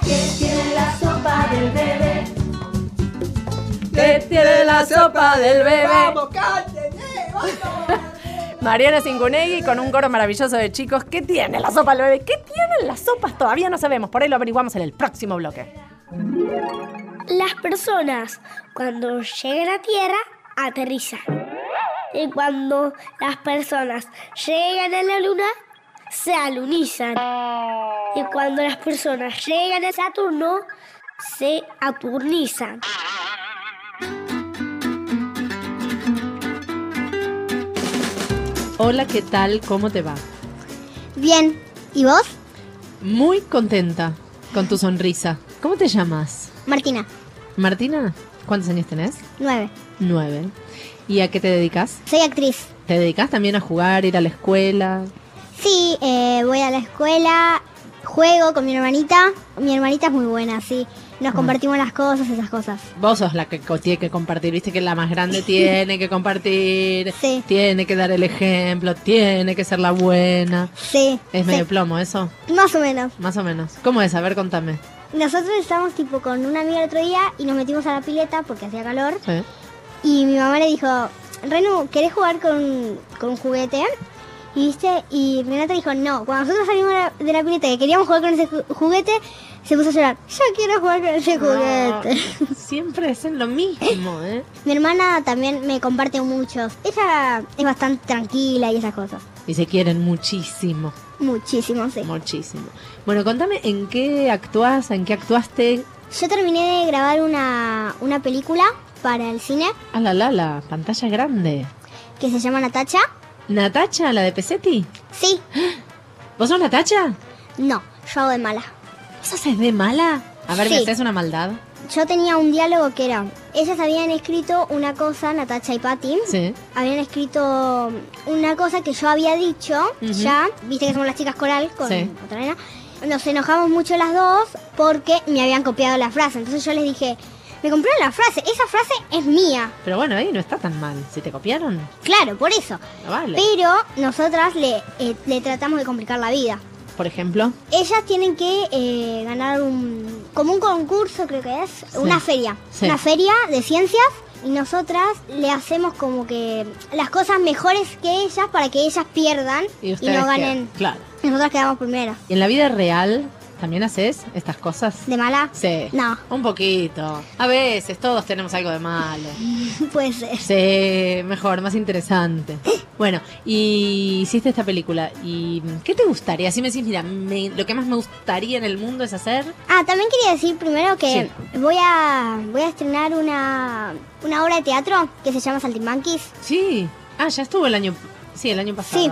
[SPEAKER 10] que tiene la sopa del bebé.
[SPEAKER 2] Te tiene la sopa del bebé.
[SPEAKER 10] Vamos,
[SPEAKER 2] Mariana Cingunegui con un coro maravilloso de chicos. ¿Qué tiene la sopa del bebé? ¿Qué tienen las sopas? Todavía no sabemos. Por ahí lo averiguamos en el próximo bloque.
[SPEAKER 11] Las personas cuando llegan a tierra aterrizan. Y cuando las personas llegan a la luna se alunizan. Y cuando las personas llegan a Saturno se aturnizan.
[SPEAKER 2] Hola, ¿qué tal? ¿Cómo te va?
[SPEAKER 8] Bien, ¿y vos?
[SPEAKER 2] Muy contenta con tu sonrisa. ¿Cómo te llamas?
[SPEAKER 8] Martina,
[SPEAKER 2] Martina, ¿cuántos años tenés?
[SPEAKER 8] nueve.
[SPEAKER 2] Nueve. ¿Y a qué te dedicas?
[SPEAKER 8] Soy actriz.
[SPEAKER 2] ¿Te dedicas también a jugar, ir a la escuela?
[SPEAKER 8] Sí, eh, voy a la escuela, juego con mi hermanita. Mi hermanita es muy buena, sí.
[SPEAKER 2] Ah.
[SPEAKER 8] Nos compartimos las cosas, esas cosas.
[SPEAKER 2] Vos sos la que co- tiene que compartir, viste que la más grande tiene que compartir, tiene que dar el ejemplo, tiene que ser la buena.
[SPEAKER 8] Sí.
[SPEAKER 2] Es
[SPEAKER 8] sí.
[SPEAKER 2] medio plomo eso,
[SPEAKER 8] Más o menos.
[SPEAKER 2] más o menos. ¿Cómo es? A ver, contame.
[SPEAKER 8] Nosotros estábamos tipo con una amiga el otro día y nos metimos a la pileta porque hacía calor.
[SPEAKER 2] Sí.
[SPEAKER 8] Y mi mamá le dijo, Renu, ¿querés jugar con, con un juguete? Y viste, y Renata dijo, no, cuando nosotros salimos de la- de la pileta que queríamos jugar con ese ju- juguete, se puso a llorar. Yo quiero jugar con ese juguete.
[SPEAKER 2] Ah, Siempre hacen lo mismo, ¿eh?
[SPEAKER 8] Mi hermana también me comparte muchos. Ella es bastante tranquila y esas cosas.
[SPEAKER 2] Y se quieren muchísimo,
[SPEAKER 8] Muchísimo, sí.
[SPEAKER 2] muchísimo. Bueno, contame en qué actuás, en qué actuaste.
[SPEAKER 8] Yo terminé de grabar una, una película para el cine
[SPEAKER 2] A Ah, la la la, pantalla grande.
[SPEAKER 8] que se llama Natacha.
[SPEAKER 2] ¿Natacha, la de Pesetti?
[SPEAKER 8] Sí.
[SPEAKER 2] ¿Vos sos Natacha?
[SPEAKER 8] No, yo hago de mala.
[SPEAKER 2] ¿Vos haces de mala? A ver, ¿me
[SPEAKER 8] Sí.
[SPEAKER 2] haces una maldad?
[SPEAKER 8] Yo tenía un diálogo que era, ellas habían escrito una cosa, Natacha y Patty,
[SPEAKER 2] Sí.
[SPEAKER 8] habían escrito una cosa que yo había dicho,
[SPEAKER 2] Ujú.
[SPEAKER 8] ya, viste que somos las chicas coral con
[SPEAKER 2] Sí.
[SPEAKER 8] otra nena, nos enojamos mucho las dos porque me habían copiado la frase, entonces yo les dije, me compraron la frase, esa frase es mía,
[SPEAKER 2] Pero bueno, ahí no está tan mal. Si te copiaron,
[SPEAKER 8] claro, por eso,
[SPEAKER 2] no vale.
[SPEAKER 8] pero nosotras le, eh, le tratamos de complicar la vida.
[SPEAKER 2] Por ejemplo,
[SPEAKER 8] Ellas tienen que eh, ganar un, como un concurso, creo que es, una feria.
[SPEAKER 2] Sí.
[SPEAKER 8] Una feria de ciencias y nosotras le hacemos como que las cosas mejores que ellas para que ellas pierdan
[SPEAKER 2] y
[SPEAKER 8] y,
[SPEAKER 2] ustedes
[SPEAKER 8] no
[SPEAKER 2] quedan-
[SPEAKER 8] ganen.
[SPEAKER 2] Claro.
[SPEAKER 8] Nosotras quedamos primeras.
[SPEAKER 2] ¿Y en la vida real también haces estas cosas?
[SPEAKER 8] ¿De mala?
[SPEAKER 2] Sí.
[SPEAKER 8] No.
[SPEAKER 2] Un poquito. A veces todos tenemos algo de malo.
[SPEAKER 8] Puede ser.
[SPEAKER 2] Sí, mejor, más interesante. Bueno, y hiciste esta película. ¿Y qué te gustaría? Si me decís, mira, me- lo que más me gustaría en el mundo es hacer.
[SPEAKER 8] Ah, también quería decir primero que voy a voy a estrenar una, una obra de teatro que se llama Saltimbanquis.
[SPEAKER 2] Sí. Ah, ya estuvo el año. Sí, el año pasado.
[SPEAKER 8] Sí,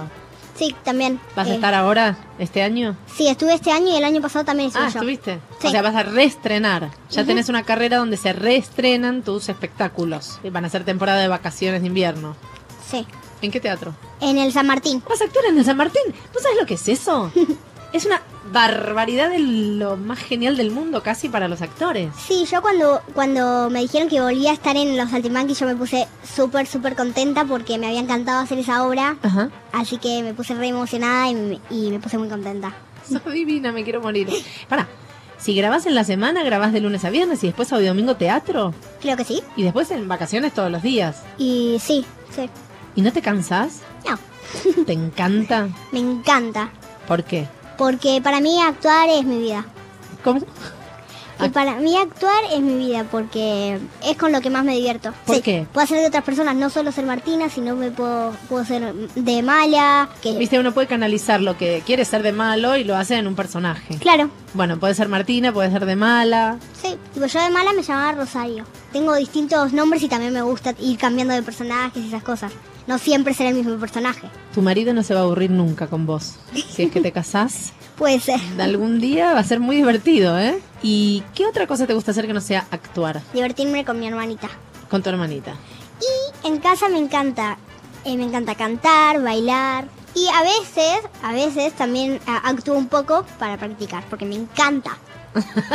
[SPEAKER 8] sí, también.
[SPEAKER 2] ¿Vas a
[SPEAKER 8] Eh,
[SPEAKER 2] estar ahora, este año?
[SPEAKER 8] Sí, estuve este año y el año pasado también estuve
[SPEAKER 2] Ah,
[SPEAKER 8] yo.
[SPEAKER 2] estuviste.
[SPEAKER 8] Sí.
[SPEAKER 2] O sea, vas a reestrenar. Ya
[SPEAKER 8] Ujú.
[SPEAKER 2] tenés una carrera donde se reestrenan tus espectáculos. Van a ser temporada de vacaciones de invierno.
[SPEAKER 8] Sí.
[SPEAKER 2] ¿En qué teatro?
[SPEAKER 8] En el San Martín.
[SPEAKER 2] ¿Vas a actuar en el San Martín? ¿Vos sabés lo que es eso? es una barbaridad de lo más genial del mundo casi para los actores.
[SPEAKER 8] Sí, yo cuando, cuando me dijeron que volvía a estar en Los Saltimbanquis, yo me puse súper, súper contenta porque me había encantado hacer esa obra.
[SPEAKER 2] Ajá.
[SPEAKER 8] Así que me puse re emocionada y me, y me puse muy contenta.
[SPEAKER 2] Sos divina, me quiero morir. Pará, si grabás en la semana, grabás de lunes a viernes y después sábado y domingo teatro.
[SPEAKER 8] Creo que sí.
[SPEAKER 2] Y después en vacaciones todos los días.
[SPEAKER 8] Y sí, sí.
[SPEAKER 2] ¿Y no te cansás?
[SPEAKER 8] No.
[SPEAKER 2] ¿Te encanta?
[SPEAKER 8] Me encanta.
[SPEAKER 2] ¿Por qué?
[SPEAKER 8] Porque para mí actuar es mi vida.
[SPEAKER 2] ¿Cómo?
[SPEAKER 8] Y para mí actuar es mi vida porque es con lo que más me divierto.
[SPEAKER 2] ¿Por
[SPEAKER 8] Sí,
[SPEAKER 2] qué?
[SPEAKER 8] Puedo hacer de otras personas, no solo ser Martina, sino me puedo, puedo ser de Mala. Que,
[SPEAKER 2] Viste, uno puede canalizar lo que quiere ser de malo y lo hace en un personaje.
[SPEAKER 8] Claro,
[SPEAKER 2] Bueno, puede ser Martina, puede ser de mala.
[SPEAKER 8] Sí, tipo, yo de mala me llamaba Rosario. Tengo distintos nombres y también me gusta ir cambiando de personajes y esas cosas. No siempre ser el mismo personaje.
[SPEAKER 2] Tu marido no se va a aburrir nunca con vos. Si es que te casás,
[SPEAKER 8] Puede ser.
[SPEAKER 2] algún día va a ser muy divertido, ¿eh? ¿Y qué otra cosa te gusta hacer que no sea actuar
[SPEAKER 8] Divertirme con mi hermanita.
[SPEAKER 2] con tu hermanita?
[SPEAKER 8] Y en casa me encanta. eh, me encanta cantar, bailar. Y a veces, a veces también ah, actúo un poco para practicar, porque me encanta.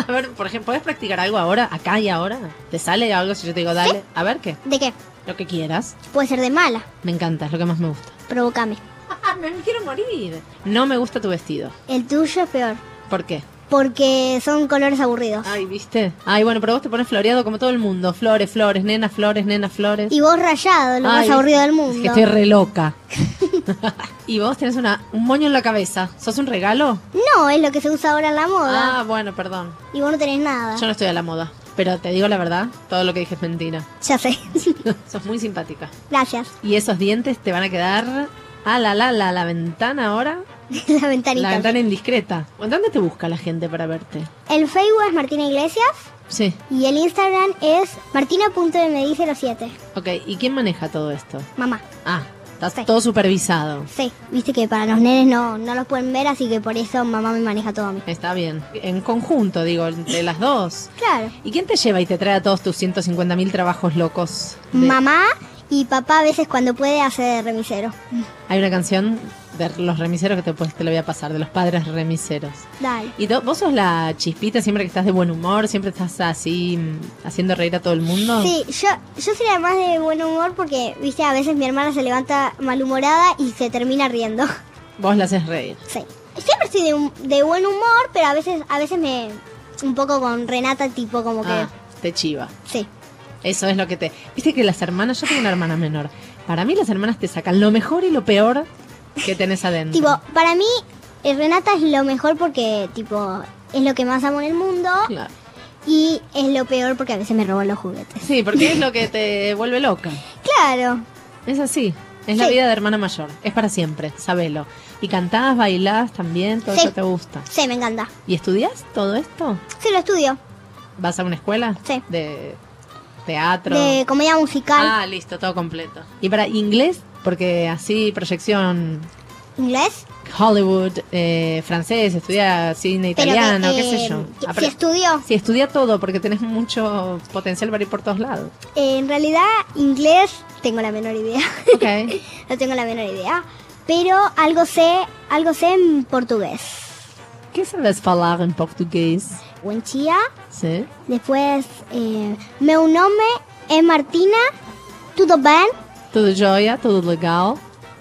[SPEAKER 2] A ver, por ejemplo, ¿podés practicar algo ahora, acá y ahora? ¿Te sale algo si yo te digo, dale? A ver, ¿qué?
[SPEAKER 8] ¿De qué?
[SPEAKER 2] Lo que quieras.
[SPEAKER 8] Puede ser de mala.
[SPEAKER 2] Me encanta, es lo que más me gusta.
[SPEAKER 8] Provócame.
[SPEAKER 2] me quiero morir. No me gusta tu vestido.
[SPEAKER 8] El tuyo es peor,
[SPEAKER 2] ¿Por qué?
[SPEAKER 8] porque son colores aburridos.
[SPEAKER 2] Ay, ¿viste? Ay, bueno, pero vos te pones floreado como todo el mundo. Flores, flores, nenas, flores, nenas, flores.
[SPEAKER 8] Y vos rayado, lo
[SPEAKER 2] Ay,
[SPEAKER 8] más aburrido del
[SPEAKER 2] Es
[SPEAKER 8] mundo.
[SPEAKER 2] que estoy re loca. y vos tenés una, un moño en la cabeza. ¿Sos un regalo?
[SPEAKER 8] No, es lo que se usa ahora en la moda.
[SPEAKER 2] Ah, bueno, perdón.
[SPEAKER 8] Y vos no tenés nada.
[SPEAKER 2] Yo no estoy a la moda. Pero te digo la verdad, todo lo que dije es mentira.
[SPEAKER 8] Ya sé.
[SPEAKER 2] Sos muy simpática.
[SPEAKER 8] Gracias.
[SPEAKER 2] Y esos dientes te van a quedar a la la la la ventana ahora.
[SPEAKER 8] la ventanita.
[SPEAKER 2] La ventana indiscreta. ¿Dónde te busca la gente para verte?
[SPEAKER 8] El Facebook es Martina Iglesias
[SPEAKER 2] Sí.
[SPEAKER 8] y el Instagram es martina.mdice07.
[SPEAKER 2] Ok, ¿y quién maneja todo esto?
[SPEAKER 8] Mamá.
[SPEAKER 2] Ah, está todo supervisado.
[SPEAKER 8] Sí, viste que para los nenes no, no los pueden ver, así que por eso mamá me maneja todo a mí.
[SPEAKER 2] Está bien. En conjunto, digo, entre las dos.
[SPEAKER 8] Claro.
[SPEAKER 2] ¿Y quién te lleva y te trae a todos tus 150.000 trabajos locos? de-
[SPEAKER 8] Mamá y papá a veces cuando puede hace de remisero.
[SPEAKER 2] Hay una canción de los remiseros que te, pues, te la voy a pasar, de los padres remiseros.
[SPEAKER 8] Dale.
[SPEAKER 2] ¿Y to- vos sos la chispita siempre que estás de buen humor, siempre estás así mm, haciendo reír a todo el mundo?
[SPEAKER 8] Sí, yo, yo soy además de buen humor porque, viste, a veces mi hermana se levanta malhumorada y se termina riendo.
[SPEAKER 2] Vos la haces reír.
[SPEAKER 8] Sí. Siempre estoy de, un- de buen humor, pero a veces, a veces me... Un poco con Renata, tipo como que...
[SPEAKER 2] Ah, te chiva.
[SPEAKER 8] Sí.
[SPEAKER 2] Eso es lo que te... Viste que las hermanas, yo tengo una hermana menor. Para mí las hermanas te sacan lo mejor y lo peor que tenés adentro.
[SPEAKER 8] Tipo, para mí, eh, Renata es lo mejor porque, tipo, es lo que más amo en el mundo.
[SPEAKER 2] Claro.
[SPEAKER 8] Y es lo peor porque a veces me roban los juguetes.
[SPEAKER 2] Sí, porque es lo que te vuelve loca.
[SPEAKER 8] Claro.
[SPEAKER 2] Es así. Es la
[SPEAKER 8] Sí.
[SPEAKER 2] vida de hermana mayor. Es para siempre, sabelo. Y cantás, bailás también, todo
[SPEAKER 8] Sí.
[SPEAKER 2] eso te gusta.
[SPEAKER 8] Sí, me encanta.
[SPEAKER 2] ¿Y estudias todo esto?
[SPEAKER 8] Sí, lo estudio.
[SPEAKER 2] ¿Vas a una escuela? Sí. De teatro.
[SPEAKER 8] De comedia musical.
[SPEAKER 2] Ah, listo, todo completo. ¿Y para inglés? Porque así proyección
[SPEAKER 8] ¿Inglés?
[SPEAKER 2] Hollywood, eh, francés, estudia cine
[SPEAKER 8] Pero que,
[SPEAKER 2] italiano, qué sé
[SPEAKER 8] eh,
[SPEAKER 2] yo.
[SPEAKER 8] que-
[SPEAKER 2] Ah,
[SPEAKER 8] si
[SPEAKER 2] pero-
[SPEAKER 8] estudió.
[SPEAKER 2] Sí, estudia todo porque tenés mucho potencial para ir por todos lados.
[SPEAKER 8] Eh, en realidad, inglés tengo la menor idea.
[SPEAKER 2] Ok.
[SPEAKER 8] no tengo la menor idea. Pero algo sé, algo sé en portugués.
[SPEAKER 2] ¿Qué sabes hablar en portugués?
[SPEAKER 8] Buen día.
[SPEAKER 2] Sí.
[SPEAKER 8] Después, eh, meu nome es Martina. ¿Tudo bem?
[SPEAKER 2] Todo joya, todo legal.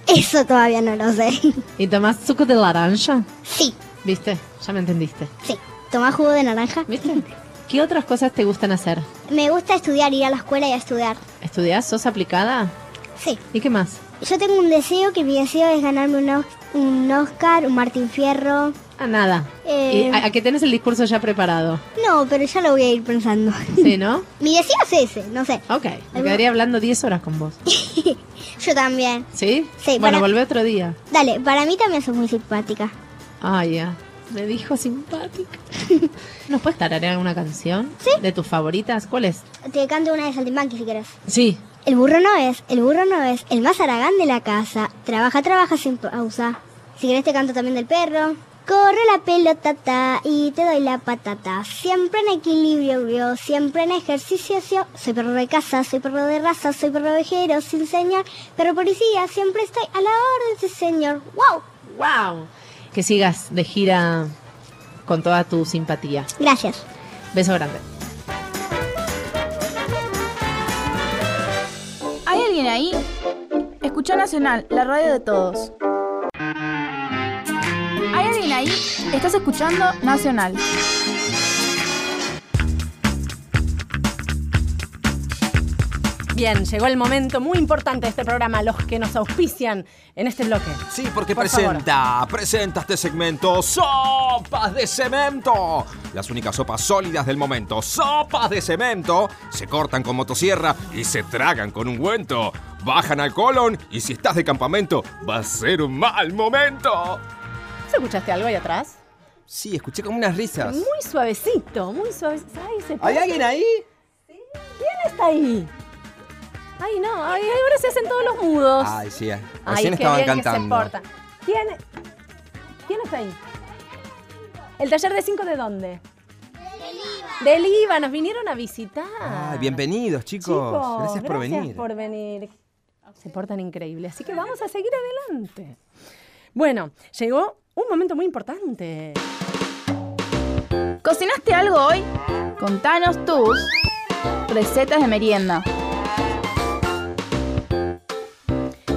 [SPEAKER 8] Eso todavía no lo sé.
[SPEAKER 2] ¿Y tomás suco de naranja?
[SPEAKER 8] Sí.
[SPEAKER 2] ¿Viste? Ya me entendiste.
[SPEAKER 8] Sí. Tomás jugo de naranja.
[SPEAKER 2] ¿Viste? ¿Qué otras cosas te gustan hacer?
[SPEAKER 8] Me gusta estudiar, ir a la escuela y a estudiar.
[SPEAKER 2] ¿Estudiás? ¿Sos aplicada?
[SPEAKER 8] Sí.
[SPEAKER 2] ¿Y qué más?
[SPEAKER 8] Yo tengo un deseo que mi deseo es ganarme un, Os- un Oscar, un Martín Fierro.
[SPEAKER 2] Ah, nada.
[SPEAKER 8] Eh.
[SPEAKER 2] ¿Y a, a qué tenés el discurso ya preparado?
[SPEAKER 8] No, pero ya lo voy a ir pensando.
[SPEAKER 2] ¿Sí, no?
[SPEAKER 8] mi deseo es ese, no sé.
[SPEAKER 2] Ok. Me quedaría hablando 10 horas con vos.
[SPEAKER 8] Yo también.
[SPEAKER 2] ¿Sí?
[SPEAKER 8] Sí, para-
[SPEAKER 2] Bueno, volvé otro día.
[SPEAKER 8] Dale, para mí también sos muy simpática.
[SPEAKER 2] Ah, ya. Me dijo simpática. ¿Nos puedes tararear alguna canción?
[SPEAKER 8] Sí.
[SPEAKER 2] ¿De tus favoritas? ¿Cuál es?
[SPEAKER 8] Te canto una de Saltimbanqui si querés.
[SPEAKER 2] Sí.
[SPEAKER 8] El burro no es, el burro no es, el más aragán de la casa. Trabaja, trabaja sin pausa. Si querés te canto también del perro. Corre la pelota ta, y te doy la patata. Siempre en equilibrio, yo, siempre en ejercicio. yo. Soy perro de casa, soy perro de raza, soy perro ovejero, sin señor. Perro policía, siempre estoy a la orden, sí señor. ¡Wow!
[SPEAKER 2] ¡Wow! Que sigas de gira con toda tu simpatía.
[SPEAKER 8] Gracias.
[SPEAKER 2] Beso grande.
[SPEAKER 6] ¿Hay alguien ahí? Escucha Nacional, la radio de todos. ¿Hay alguien ahí? Estás escuchando Nacional.
[SPEAKER 12] Bien, llegó el momento muy importante de este programa, los que nos auspician en este bloque.
[SPEAKER 3] Sí, porque
[SPEAKER 12] Por
[SPEAKER 3] presenta, presenta este segmento Sopas de Cemento. Las únicas sopas sólidas del momento. Sopas de cemento. Se cortan con motosierra y se tragan con ungüento. Bajan al colon y si estás de campamento, va a ser un mal momento.
[SPEAKER 12] ¿Se escuchaste algo ahí atrás?
[SPEAKER 3] Sí, escuché como unas risas.
[SPEAKER 12] Muy suavecito, muy suavecito. Ay, se
[SPEAKER 3] ¿Hay
[SPEAKER 12] pone-
[SPEAKER 3] alguien ahí?
[SPEAKER 12] ¿Quién está ahí? Ay, no, ay, ahora se hacen todos los mudos.
[SPEAKER 3] Ay, sí. Recién
[SPEAKER 12] Ay, qué
[SPEAKER 3] estaban
[SPEAKER 12] bien que se
[SPEAKER 3] cantando.
[SPEAKER 12] portan. ¿Quién, ¿Quién está ahí? ¿El taller de cinco de dónde? Del IVA. nos vinieron a visitar.
[SPEAKER 3] Ay, bienvenidos, chicos.
[SPEAKER 12] Chicos,
[SPEAKER 3] gracias por venir.
[SPEAKER 12] por venir. Se portan increíble, así que vamos a seguir adelante. Bueno, llegó un momento muy importante.
[SPEAKER 6] ¿Cocinaste algo hoy? Contanos tus recetas de merienda.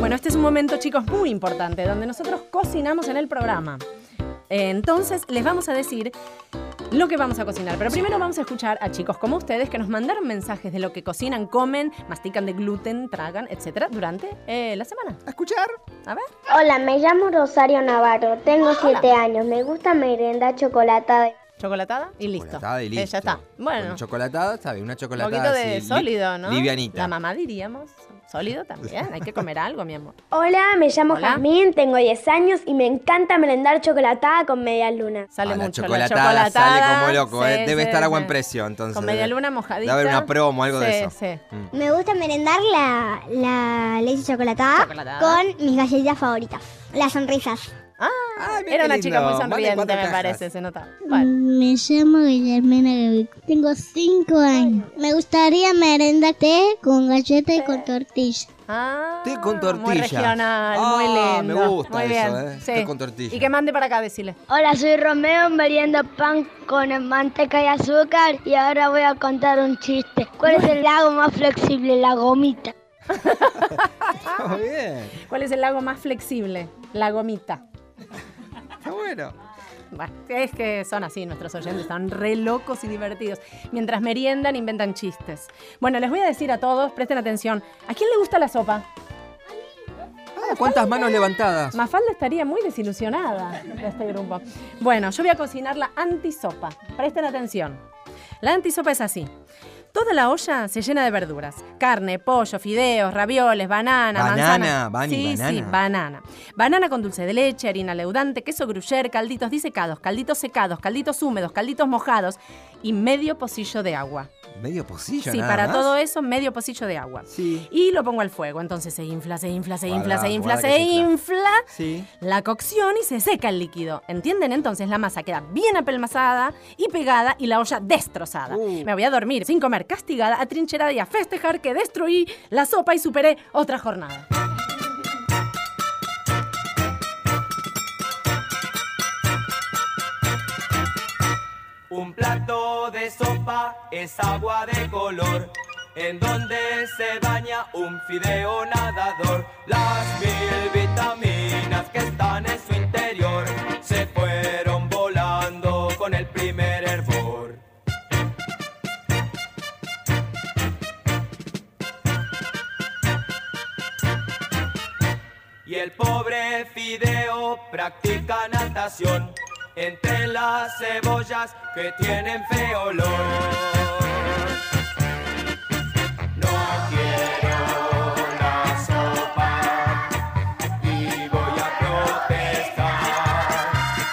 [SPEAKER 12] Bueno, este es un momento, chicos, muy importante, donde nosotros cocinamos en el programa. Eh, Entonces, les vamos a decir
[SPEAKER 2] lo que vamos a cocinar. Pero primero vamos a escuchar a chicos como ustedes que nos mandaron mensajes de lo que cocinan, comen, mastican de gluten, tragan, etcétera, durante eh, la semana.
[SPEAKER 13] ¿A escuchar?
[SPEAKER 2] A ver.
[SPEAKER 4] Hola, me llamo Rosario Navarro, tengo 7 años, me gusta merendar chocolatada.
[SPEAKER 2] ¿Chocolatada? Y listo.
[SPEAKER 3] Chocolatada y
[SPEAKER 2] Eh,
[SPEAKER 3] listo.
[SPEAKER 2] ya está. Bueno.
[SPEAKER 3] Con chocolatada, ¿sabes? Una
[SPEAKER 2] Un
[SPEAKER 3] chocolatada
[SPEAKER 2] poquito de
[SPEAKER 3] así, li-
[SPEAKER 2] sólido, ¿no?
[SPEAKER 3] Livianita.
[SPEAKER 2] La mamá diríamos. Sólido también. Hay que comer algo, mi amor.
[SPEAKER 14] Hola, me llamo
[SPEAKER 2] Hola.
[SPEAKER 14] Jazmín, tengo 10 años y me encanta merendar chocolatada con media luna.
[SPEAKER 2] Sale
[SPEAKER 3] Ah, la
[SPEAKER 2] mucho.
[SPEAKER 3] chocolatada
[SPEAKER 2] la chocolatada
[SPEAKER 3] sale como loco,
[SPEAKER 2] sí,
[SPEAKER 3] eh. debe
[SPEAKER 2] sí,
[SPEAKER 3] estar a
[SPEAKER 2] sí.
[SPEAKER 3] buen precio, entonces. eh.
[SPEAKER 2] Con media luna
[SPEAKER 3] Debe
[SPEAKER 2] mojadita.
[SPEAKER 3] haber una promo, algo de
[SPEAKER 2] Sí,
[SPEAKER 3] eso.
[SPEAKER 2] sí.
[SPEAKER 3] Mm.
[SPEAKER 8] Me gusta merendar la, la leche chocolatada,
[SPEAKER 2] Chocolatada.
[SPEAKER 8] con mis galletitas favoritas, las sonrisas.
[SPEAKER 2] Ah,
[SPEAKER 8] mira
[SPEAKER 2] era
[SPEAKER 8] qué
[SPEAKER 2] una
[SPEAKER 8] lindo.
[SPEAKER 2] chica muy
[SPEAKER 8] Vale
[SPEAKER 2] sonriente,
[SPEAKER 8] cuatro
[SPEAKER 2] me
[SPEAKER 8] cajas.
[SPEAKER 2] parece, se nota.
[SPEAKER 15] Me llamo Guillermina Gavic. Tengo 5 años. Me gustaría merenda té con galleta y con tortilla.
[SPEAKER 2] Ah,
[SPEAKER 3] Té con tortilla.
[SPEAKER 2] Muy regional,
[SPEAKER 3] Ah,
[SPEAKER 2] muy lindo.
[SPEAKER 3] me gusta
[SPEAKER 2] muy
[SPEAKER 3] eso,
[SPEAKER 2] bien.
[SPEAKER 3] eh.
[SPEAKER 2] Sí.
[SPEAKER 3] Té con tortilla.
[SPEAKER 2] Y que mande para acá, decirle.
[SPEAKER 16] Hola, soy Romeo, meriendo pan con manteca y azúcar y ahora voy a contar un chiste. ¿Cuál es el lago más flexible? La gomita.
[SPEAKER 3] Ah, Muy bien.
[SPEAKER 2] ¿Cuál es el lago más flexible? La gomita.
[SPEAKER 3] Está bueno.
[SPEAKER 2] Bueno, es que son así nuestros oyentes, están re locos y divertidos. Mientras meriendan, inventan chistes. Bueno, les voy a decir a todos, presten atención. ¿A quién le gusta la sopa?
[SPEAKER 3] Ah, ¿Cuántas manos levantadas?
[SPEAKER 2] Mafalda estaría muy desilusionada de este grupo. Bueno, yo voy a cocinar la antisopa. Presten atención. La antisopa es así. Toda la olla se llena de verduras. Carne, pollo, fideos, ravioles, banana,
[SPEAKER 3] Banana,
[SPEAKER 2] manzana.
[SPEAKER 3] Vani,
[SPEAKER 2] sí, sí,
[SPEAKER 3] banana.
[SPEAKER 2] banana. Banana con dulce de leche, harina leudante, queso gruyère, calditos disecados, calditos secados, calditos húmedos, calditos mojados y medio pocillo de agua.
[SPEAKER 3] Medio pocillo,
[SPEAKER 2] Sí,
[SPEAKER 3] nada
[SPEAKER 2] para
[SPEAKER 3] más.
[SPEAKER 2] todo eso, medio pocillo de agua. Y lo pongo al fuego. Entonces se infla, se infla, se infla,
[SPEAKER 3] Guarda,
[SPEAKER 2] se infla,
[SPEAKER 3] guarda
[SPEAKER 2] se
[SPEAKER 3] que se
[SPEAKER 2] infla.
[SPEAKER 3] Sí.
[SPEAKER 2] La cocción y se seca el líquido. ¿Entienden? Entonces la masa queda bien apelmazada y pegada y la olla destrozada. Me voy a dormir sin comer, castigada, atrincherada y a festejar que destruí la sopa y superé otra jornada.
[SPEAKER 17] Un plato de sopa es agua de color, en donde se baña un fideo nadador. Las mil vitaminas que están en su interior se fueron volando con el primer hervor. Y el pobre fideo practica natación entre las cebollas que tienen feo olor. No quiero la sopa y voy a protestar,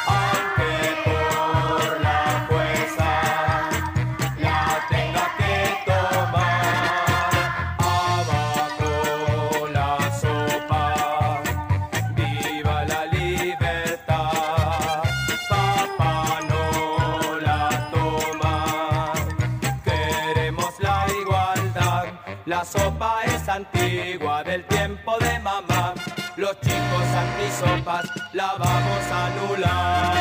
[SPEAKER 17] aunque por la fuerza la tenga que tomar. Abajo la sopa, viva la libertad. Papá no la toma, queremos la igualdad. La sopa es antigua del tiempo de mamá. Los chicos antisopas la vamos a anular.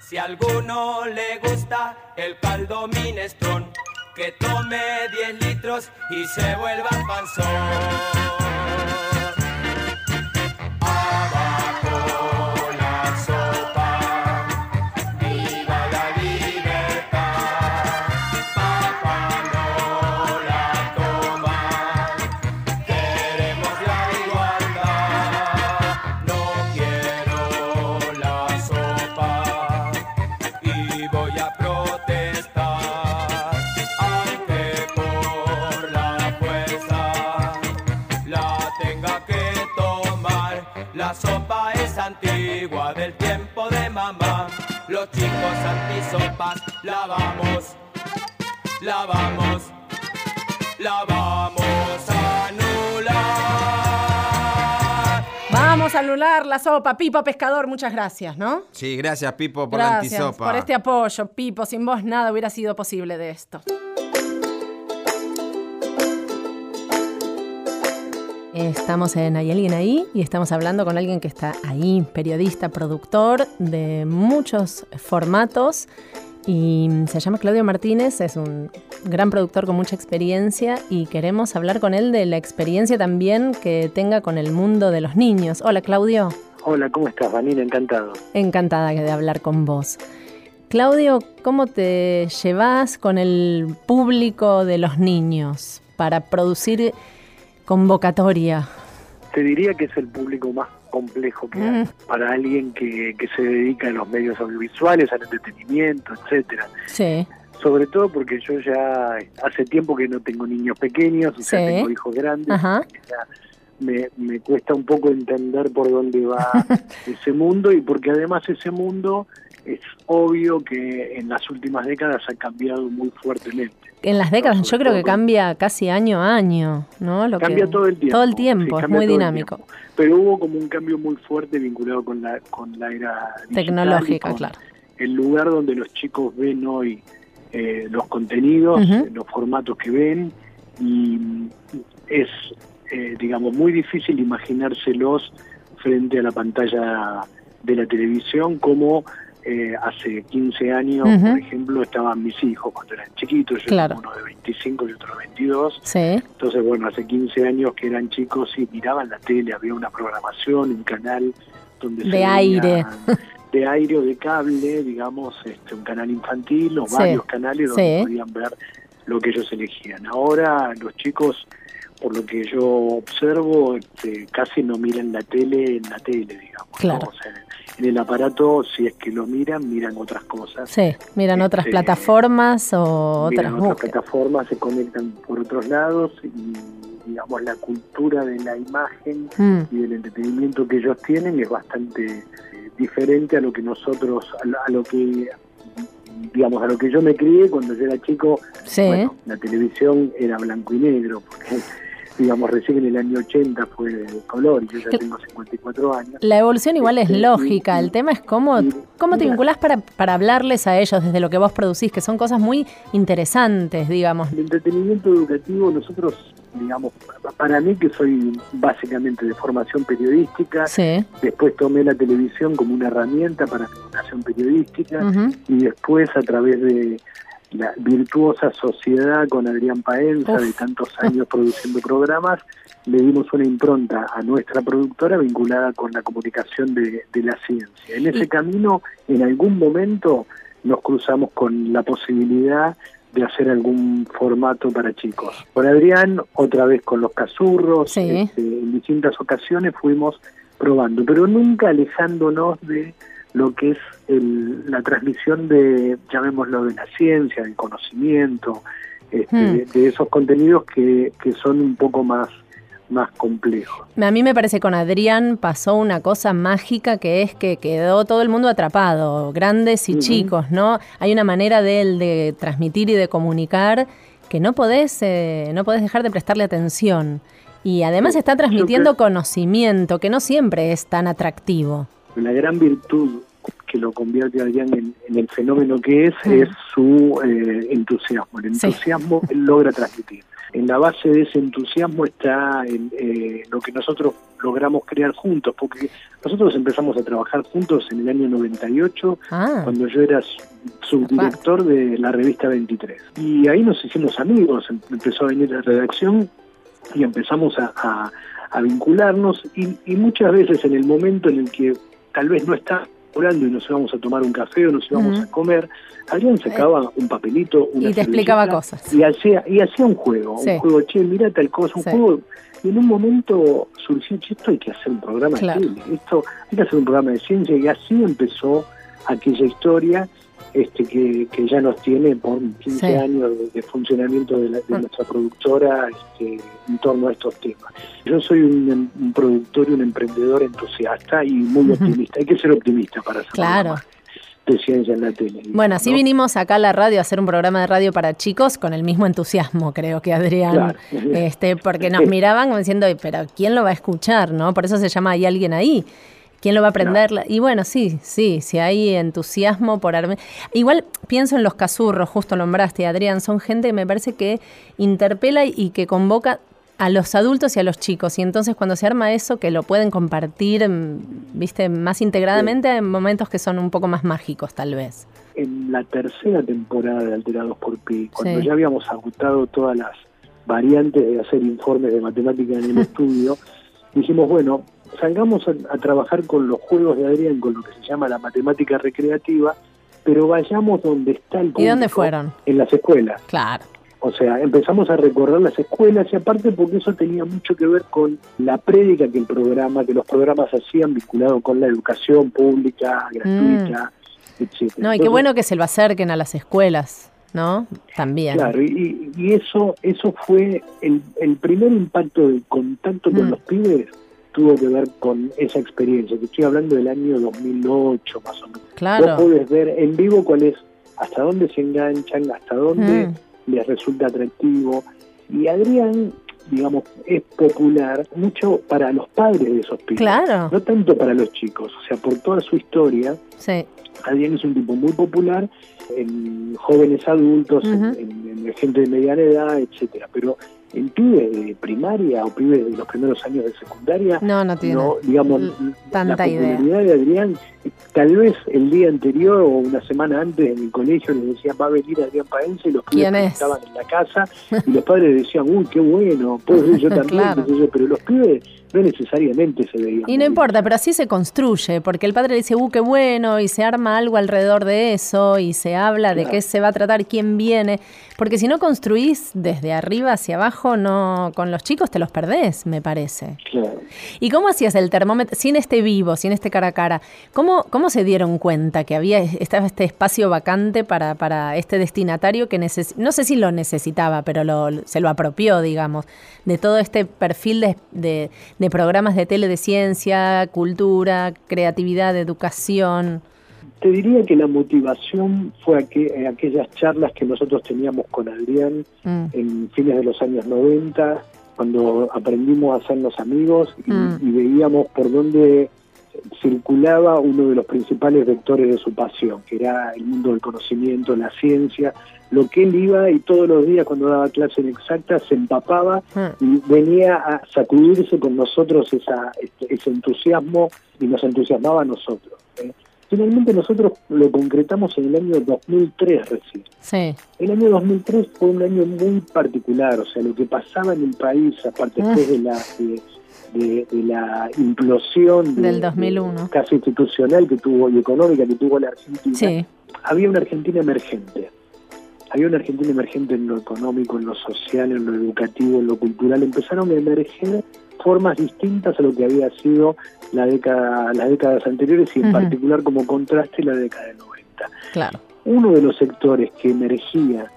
[SPEAKER 17] Si a alguno le gusta el caldo minestrón, que tome 10 litros y se vuelva panzón. Abajo la sopa, viva la libertad. Papá no la toma, queremos la igualdad. No quiero la sopa y voy a protestar, aunque por la fuerza la tenga que tomar. La sopa es antigua del tiempo de mamá. Los chicos antisopas la vamos, la vamos, la vamos a anular.
[SPEAKER 2] Vamos a anular la sopa, Pipo Pescador, muchas gracias, ¿no?
[SPEAKER 3] Sí, gracias, Pipo, por la
[SPEAKER 2] gracias
[SPEAKER 3] antisopa.
[SPEAKER 2] por este apoyo, Pipo. Sin vos nada hubiera sido posible de esto. Estamos en Hay alguien ahí y estamos hablando con alguien que está ahí, periodista, productor de muchos formatos y se llama Claudio Martínez, es un gran productor con mucha experiencia y queremos hablar con él de la experiencia también que tenga con el mundo de los niños. Hola Claudio,
[SPEAKER 13] Hola, ¿cómo estás, Vanina? Encantado.
[SPEAKER 2] encantada de hablar con vos. Claudio, ¿cómo te llevas con el público de los niños para producir convocatoria?
[SPEAKER 13] Te diría que es el público más complejo que hay
[SPEAKER 2] Mm.
[SPEAKER 13] para alguien que, que se dedica a los medios audiovisuales, al entretenimiento, etcétera.
[SPEAKER 2] Sí.
[SPEAKER 13] Sobre todo porque yo ya hace tiempo que no tengo niños pequeños, o sea,
[SPEAKER 2] Sí.
[SPEAKER 13] tengo hijos grandes.
[SPEAKER 2] Ajá.
[SPEAKER 13] Me, me cuesta un poco entender por dónde va ese mundo y porque además ese mundo es obvio que en las últimas décadas ha cambiado muy fuertemente.
[SPEAKER 2] En las décadas yo creo que cambia casi año a año, ¿no? Lo que-
[SPEAKER 13] Cambia todo el tiempo,
[SPEAKER 2] Todo el tiempo,
[SPEAKER 13] sí,
[SPEAKER 2] es
[SPEAKER 13] cambia
[SPEAKER 2] muy
[SPEAKER 13] todo el
[SPEAKER 2] dinámico.
[SPEAKER 13] Pero hubo como un cambio muy fuerte vinculado con la, con la era digital y
[SPEAKER 2] Tecnológica,
[SPEAKER 13] con
[SPEAKER 2] claro.
[SPEAKER 13] El lugar donde los chicos ven hoy eh, los contenidos,
[SPEAKER 2] Ujú.
[SPEAKER 13] eh, los formatos que ven, y mm, es, eh, digamos, muy difícil imaginárselos frente a la pantalla de la televisión como eh, hace 15 años,
[SPEAKER 2] Ujú.
[SPEAKER 13] por ejemplo, estaban mis hijos cuando eran chiquitos, yo
[SPEAKER 2] Claro.
[SPEAKER 13] tengo uno de 25 y otro de 22,
[SPEAKER 2] Sí.
[SPEAKER 13] entonces, bueno, hace 15 años que eran chicos y miraban la tele, había una programación, un canal donde
[SPEAKER 2] De
[SPEAKER 13] veía-
[SPEAKER 2] aire.
[SPEAKER 13] de aire o de cable, digamos, este, un canal infantil o
[SPEAKER 2] Sí,
[SPEAKER 13] varios canales donde
[SPEAKER 2] sí.
[SPEAKER 13] podían ver lo que ellos elegían. Ahora los chicos, por lo que yo observo, este, casi no miran la tele en la tele, digamos. ¿no?
[SPEAKER 2] Claro.
[SPEAKER 13] O sea, en el aparato, si es que lo miran, miran otras cosas.
[SPEAKER 2] Sí, miran otras
[SPEAKER 13] Este,
[SPEAKER 2] plataformas o otras
[SPEAKER 13] Miran otras
[SPEAKER 2] búsquedas.
[SPEAKER 13] plataformas, se conectan por otros lados y digamos la cultura de la imagen
[SPEAKER 2] Mm.
[SPEAKER 13] y del entretenimiento que ellos tienen es bastante eh, diferente a lo que nosotros, a lo, a lo que digamos a lo que yo me crié cuando yo era chico,
[SPEAKER 2] Sí.
[SPEAKER 13] bueno, la televisión era blanco y negro, porque digamos recién en el año 80 fue de color y yo ya tengo 54 años.
[SPEAKER 2] La evolución igual es
[SPEAKER 13] Este, y-
[SPEAKER 2] lógica, el tema es cómo, cómo te
[SPEAKER 13] mira.
[SPEAKER 2] vinculás para, para hablarles a ellos desde lo que vos producís, que son cosas muy interesantes, digamos.
[SPEAKER 13] El entretenimiento educativo, nosotros, digamos, pa- para mí que soy básicamente de formación periodística,
[SPEAKER 2] Sí.
[SPEAKER 13] después tomé la televisión como una herramienta para mi formación periodística
[SPEAKER 2] Ujú.
[SPEAKER 13] y después a través de la virtuosa sociedad con Adrián Paenza de tantos años produciendo programas, le dimos una impronta a nuestra productora vinculada con la comunicación de, de la ciencia. En ese camino, en algún momento, nos cruzamos con la posibilidad de hacer algún formato para chicos. Con Adrián, otra vez con los cazurros, este, en distintas ocasiones fuimos probando, pero nunca alejándonos de lo que es el- la transmisión de, llamémoslo, de la ciencia, del conocimiento, este,
[SPEAKER 2] Hmm.
[SPEAKER 13] de, de esos contenidos que, que son un poco más, más complejos.
[SPEAKER 2] A mí me parece que con Adrián pasó una cosa mágica que es que quedó todo el mundo atrapado, grandes y
[SPEAKER 13] Ujú.
[SPEAKER 2] chicos, ¿no? Hay una manera de él de transmitir y de comunicar que no podés, eh, no podés dejar de prestarle atención. Y además está transmitiendo conocimiento, que no siempre es tan atractivo.
[SPEAKER 13] La gran virtud que lo convierte a Adrián en, en el fenómeno que es es su eh, entusiasmo. El entusiasmo él logra transmitir. En la base de ese entusiasmo está el, eh, lo que nosotros logramos crear juntos, porque nosotros empezamos a trabajar juntos en el año 98
[SPEAKER 2] Ah,
[SPEAKER 13] cuando yo era su- subdirector de la revista 23. Y ahí nos hicimos amigos, em- empezó a venir la redacción y empezamos a, a- a vincularnos y, y muchas veces en el momento en el que tal vez no está hablando y nos íbamos a tomar un café o nos íbamos
[SPEAKER 2] Ujú.
[SPEAKER 13] a comer, Adrián sacaba un papelito, una
[SPEAKER 2] Y te explicaba
[SPEAKER 13] servilleta,
[SPEAKER 2] cosas.
[SPEAKER 13] Y hacía, y hacía un juego,
[SPEAKER 2] Sí.
[SPEAKER 13] un juego, che, mira tal cosa, un
[SPEAKER 2] Sí.
[SPEAKER 13] juego. Y en un momento surgió, che, esto hay que hacer un programa
[SPEAKER 2] Claro.
[SPEAKER 13] de tele, esto hay que hacer un programa de ciencia y así empezó aquella historia este, que, que ya nos tiene por 15
[SPEAKER 2] Sí. Mm.
[SPEAKER 13] años de, de funcionamiento de, la- de nuestra productora este, en torno a estos temas. Yo soy un, em- un productor y un emprendedor entusiasta y muy optimista. Hay que ser optimista para hacer
[SPEAKER 2] claro.
[SPEAKER 13] de ciencia en la tele.
[SPEAKER 2] Bueno, así
[SPEAKER 13] ¿no?
[SPEAKER 2] vinimos acá a la radio a hacer un programa de radio para chicos con el mismo entusiasmo, creo que Adrián.
[SPEAKER 13] Claro.
[SPEAKER 2] Este, porque nos
[SPEAKER 13] Sí.
[SPEAKER 2] miraban como diciendo, "Ay, pero ¿quién lo va a escuchar? ¿No? Por eso se llama Hay alguien ahí. ¿Quién lo va a aprender? Y bueno, sí, sí, si hay entusiasmo por arme. Igual pienso en los casurros, justo nombraste, Adrián, son gente que me parece que interpela y que convoca a los adultos y a los chicos. Y entonces cuando se arma eso, que lo pueden compartir, mm, viste, más integradamente en momentos que son un poco más mágicos, tal vez.
[SPEAKER 13] en la tercera temporada de Alterados por Pi, cuando
[SPEAKER 18] Sí.
[SPEAKER 13] ya habíamos agotado todas las variantes de hacer informes de matemática en el estudio, dijimos, bueno, salgamos a, a trabajar con los juegos de Adrián, con lo que se llama la matemática recreativa, pero vayamos donde está el
[SPEAKER 2] ¿Y dónde
[SPEAKER 13] público,
[SPEAKER 2] fueron?
[SPEAKER 13] En las escuelas.
[SPEAKER 2] Claro.
[SPEAKER 13] O sea, empezamos a recorrer las escuelas y aparte porque eso tenía mucho que ver con la prédica que el programa, que los programas hacían vinculado con la educación pública, gratuita, etc.
[SPEAKER 2] Mm. No, y qué bueno que se lo acerquen a las escuelas, ¿no? También.
[SPEAKER 13] Claro, y, y- y eso eso fue el, el primer impacto del contacto
[SPEAKER 2] Mm.
[SPEAKER 13] con los pibes tuvo que ver con esa experiencia, que estoy hablando del año 2008 más o menos.
[SPEAKER 2] Claro.
[SPEAKER 13] Vos podés ver en vivo cuál es, hasta dónde se enganchan, hasta dónde
[SPEAKER 2] Ah.
[SPEAKER 13] les resulta atractivo. Y Adrián, digamos, es popular mucho para los padres de esos pibes.
[SPEAKER 2] Claro.
[SPEAKER 13] No tanto para los chicos. O sea, por toda su historia,
[SPEAKER 2] Sí.
[SPEAKER 13] Adrián es un tipo muy popular en jóvenes adultos, en-
[SPEAKER 2] Ujú.
[SPEAKER 13] en, en gente de mediana edad, etcétera. Pero en pibes de primaria o pibes de los primeros años de secundaria,
[SPEAKER 2] No, no tiene
[SPEAKER 13] digamos,
[SPEAKER 2] l- tanta
[SPEAKER 13] la
[SPEAKER 2] idea.
[SPEAKER 13] popularidad de Adrián, tal vez el día anterior o una semana antes en el colegio les decían va a venir Adrián Paense y los pibes
[SPEAKER 2] ¿Quién es?
[SPEAKER 13] estaban en la casa y los padres decían, uy, qué bueno, puedo ir yo también,
[SPEAKER 2] Claro.
[SPEAKER 13] qué sé yo, pero los pibes no necesariamente se veían.
[SPEAKER 2] Y no importa, pero así se construye, porque el padre dice, uh, qué bueno, y se arma algo alrededor de eso, y se habla de
[SPEAKER 13] Claro.
[SPEAKER 2] qué se va a tratar, quién viene, porque si no construís desde arriba hacia abajo, no con los chicos te los perdés, me parece.
[SPEAKER 13] Claro.
[SPEAKER 2] ¿Y cómo hacías el termómetro, sin este vivo, sin este cara a cara, cómo, cómo se dieron cuenta que había estaba este espacio vacante para, para este destinatario que neces- no sé si lo necesitaba, pero lo, se lo apropió, digamos, de todo este perfil de, de- de programas de tele de ciencia, cultura, creatividad, educación?
[SPEAKER 13] Te diría que la motivación fue aqu- eh, aquellas charlas que nosotros teníamos con Adrián
[SPEAKER 2] Mm.
[SPEAKER 13] en fines de los años 90, cuando aprendimos a hacernos amigos y,
[SPEAKER 2] Mm.
[SPEAKER 13] y veíamos por dónde circulaba uno de los principales vectores de su pasión, que era el mundo del conocimiento, la ciencia, lo que él iba y todos los días cuando daba clases en exacta se empapaba
[SPEAKER 2] Mm.
[SPEAKER 13] y venía a sacudirse con nosotros esa, este- ese entusiasmo y nos entusiasmaba a nosotros. ¿eh? Finalmente nosotros lo concretamos en el año 2003 recién.
[SPEAKER 2] Sí.
[SPEAKER 13] El año 2003 fue un año muy particular, o sea, lo que pasaba en el país,
[SPEAKER 2] Ah.
[SPEAKER 13] aparte después de la, de, de- de la implosión de-
[SPEAKER 2] Del 2001.
[SPEAKER 13] casi institucional que tuvo y económica que tuvo la Argentina, había una Argentina emergente. Había una Argentina emergente en lo económico, en lo social, en lo educativo, en lo cultural. Empezaron a emerger formas distintas a lo que había sido la década, las décadas anteriores y en
[SPEAKER 2] Ujú.
[SPEAKER 13] particular como contraste la década del 90
[SPEAKER 2] Claro.
[SPEAKER 13] uno de los sectores que emergía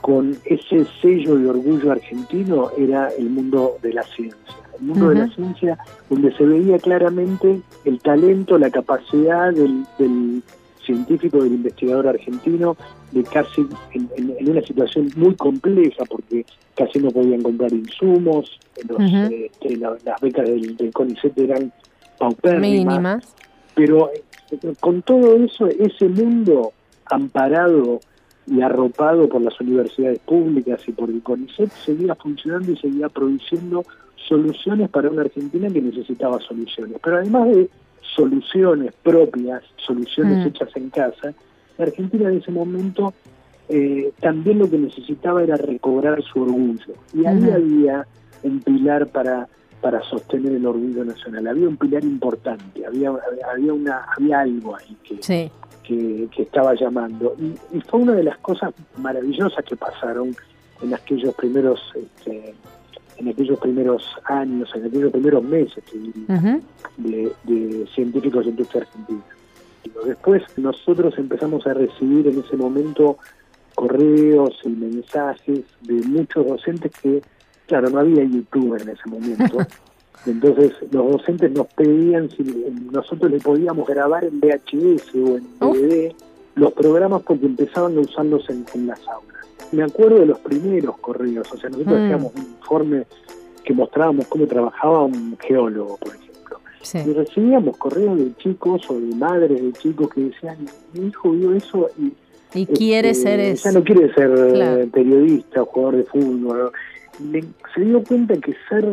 [SPEAKER 13] con ese sello de orgullo argentino era el mundo de la ciencia. El mundo de la
[SPEAKER 18] Ujú.
[SPEAKER 13] ciencia donde se veía claramente el talento, la capacidad del, del científico, del investigador argentino, de casi en, en- en una situación muy compleja porque casi no podían comprar insumos, los,
[SPEAKER 2] Ujú.
[SPEAKER 13] eh, este, la- las becas del, del CONICET eran paupérrimas,
[SPEAKER 2] Mínimas.
[SPEAKER 13] pero eh, con todo eso, ese mundo amparado y arropado por las universidades públicas y por el CONICET seguía funcionando y seguía produciendo soluciones para una Argentina que necesitaba soluciones. Pero además de soluciones propias, soluciones
[SPEAKER 18] Mm.
[SPEAKER 13] hechas en casa, la Argentina en ese momento eh, también lo que necesitaba era recobrar su orgullo. Y ahí
[SPEAKER 18] Ujú.
[SPEAKER 13] había un pilar para, para sostener el orgullo nacional, había un pilar importante, había, había, una, había algo ahí que,
[SPEAKER 2] Sí.
[SPEAKER 13] que, que estaba llamando. Y, y fue una de las cosas maravillosas que pasaron en aquellos primeros... este, en aquellos primeros años, en aquellos primeros meses te diría,
[SPEAKER 10] Mm-hmm.
[SPEAKER 2] Ujú.
[SPEAKER 13] de, de científicos en industria argentina. Pero Después nosotros empezamos a recibir en ese momento correos y mensajes de muchos docentes que, claro, no había YouTube en ese momento. Entonces los docentes nos pedían si nosotros le podíamos grabar en VHS o en DVD los programas porque empezaban a usarlos en, en las aulas. Me acuerdo de los primeros correos, o sea, nosotros
[SPEAKER 18] Mm.
[SPEAKER 13] hacíamos un informe que mostrábamos cómo trabajaba un geólogo, por ejemplo. Y recibíamos correos de chicos o de madres de chicos que decían, mi hijo vio eso y,
[SPEAKER 2] Y quiere
[SPEAKER 13] este,
[SPEAKER 2] ser
[SPEAKER 13] ya
[SPEAKER 2] eso.
[SPEAKER 13] no quiere ser
[SPEAKER 2] Claro.
[SPEAKER 13] eh, periodista o jugador de fútbol. le- se dio cuenta que ser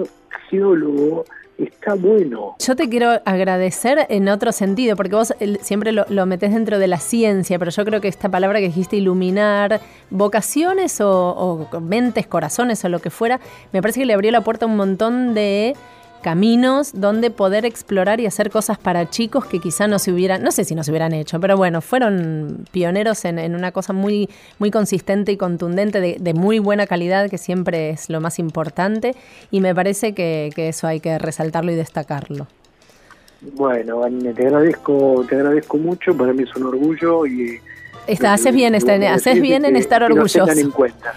[SPEAKER 13] geólogo está bueno.
[SPEAKER 2] Yo te quiero agradecer en otro sentido, porque vos el- siempre lo, lo metés dentro de la ciencia, pero yo creo que esta palabra que dijiste, iluminar, vocaciones o, o mentes, corazones o lo que fuera, me parece que le abrió la puerta a un montón de caminos donde poder explorar y hacer cosas para chicos que quizá no se hubieran, no sé si no se hubieran hecho, pero bueno, fueron pioneros en, en una cosa muy, muy consistente y contundente, de, de muy buena calidad, que siempre es lo más importante, y me parece que, que eso hay que resaltarlo y destacarlo.
[SPEAKER 13] Bueno, Vanina, te agradezco, te agradezco mucho, para mí es un orgullo y... eh,
[SPEAKER 2] Está- haces bien,
[SPEAKER 13] y
[SPEAKER 2] está-
[SPEAKER 13] vos me
[SPEAKER 2] haces
[SPEAKER 13] decís
[SPEAKER 2] bien en
[SPEAKER 13] que-
[SPEAKER 2] estar
[SPEAKER 13] que nos tengan
[SPEAKER 2] orgulloso.
[SPEAKER 13] en cuenta.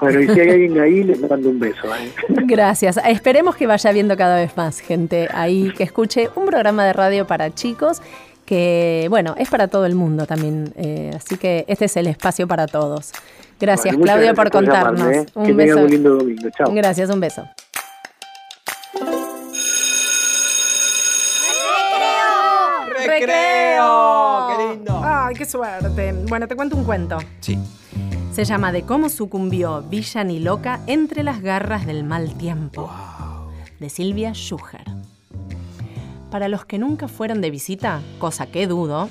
[SPEAKER 13] Bueno, y si hay alguien ahí, les mando un beso. ¿eh?
[SPEAKER 2] Gracias. Esperemos que vaya viendo cada vez más gente ahí que escuche un programa de radio para chicos que, bueno, es para todo el mundo también. eh, así que este es el espacio para todos. Gracias,
[SPEAKER 13] Bueno, muchas
[SPEAKER 2] Claudio, por
[SPEAKER 13] gracias
[SPEAKER 2] contarnos.
[SPEAKER 13] llamarme, ¿eh?
[SPEAKER 2] Un
[SPEAKER 13] que
[SPEAKER 2] beso.
[SPEAKER 13] tengan un lindo domingo. Chao.
[SPEAKER 2] Gracias, un beso.
[SPEAKER 3] ¡Recreo! ¡Qué lindo!
[SPEAKER 2] ¡Ay, qué suerte! Bueno, te cuento un cuento.
[SPEAKER 3] Sí.
[SPEAKER 2] Se llama De cómo sucumbió Villa ni Loca entre las garras del mal tiempo. De Silvia Schuher. Para los que nunca fueron de visita, cosa que dudo,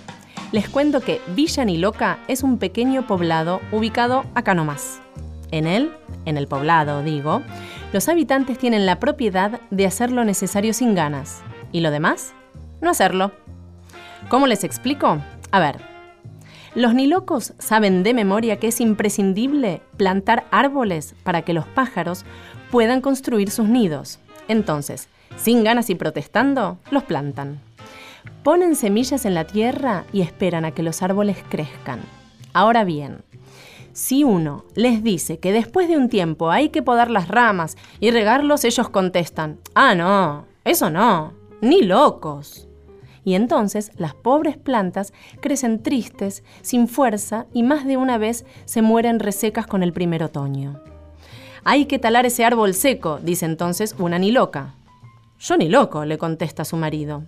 [SPEAKER 2] les cuento que Villa ni Loca es un pequeño poblado ubicado acá nomás. En él, en el poblado, digo, los habitantes tienen la propiedad de hacer lo necesario sin ganas. ¿Y lo demás? No hacerlo. ¿Cómo les explico? A ver, los nilocos saben de memoria que es imprescindible plantar árboles para que los pájaros puedan construir sus nidos. Entonces, sin ganas y protestando, los plantan. Ponen semillas en la tierra y esperan a que los árboles crezcan. Ahora bien, si uno les dice que después de un tiempo hay que podar las ramas y regarlos, ellos contestan, ah, no, eso no, ni locos. Y entonces las pobres plantas crecen tristes, sin fuerza y más de una vez se mueren resecas con el primer otoño. Hay que talar ese árbol seco, dice entonces una ni loca. Yo ni loco, le contesta su marido.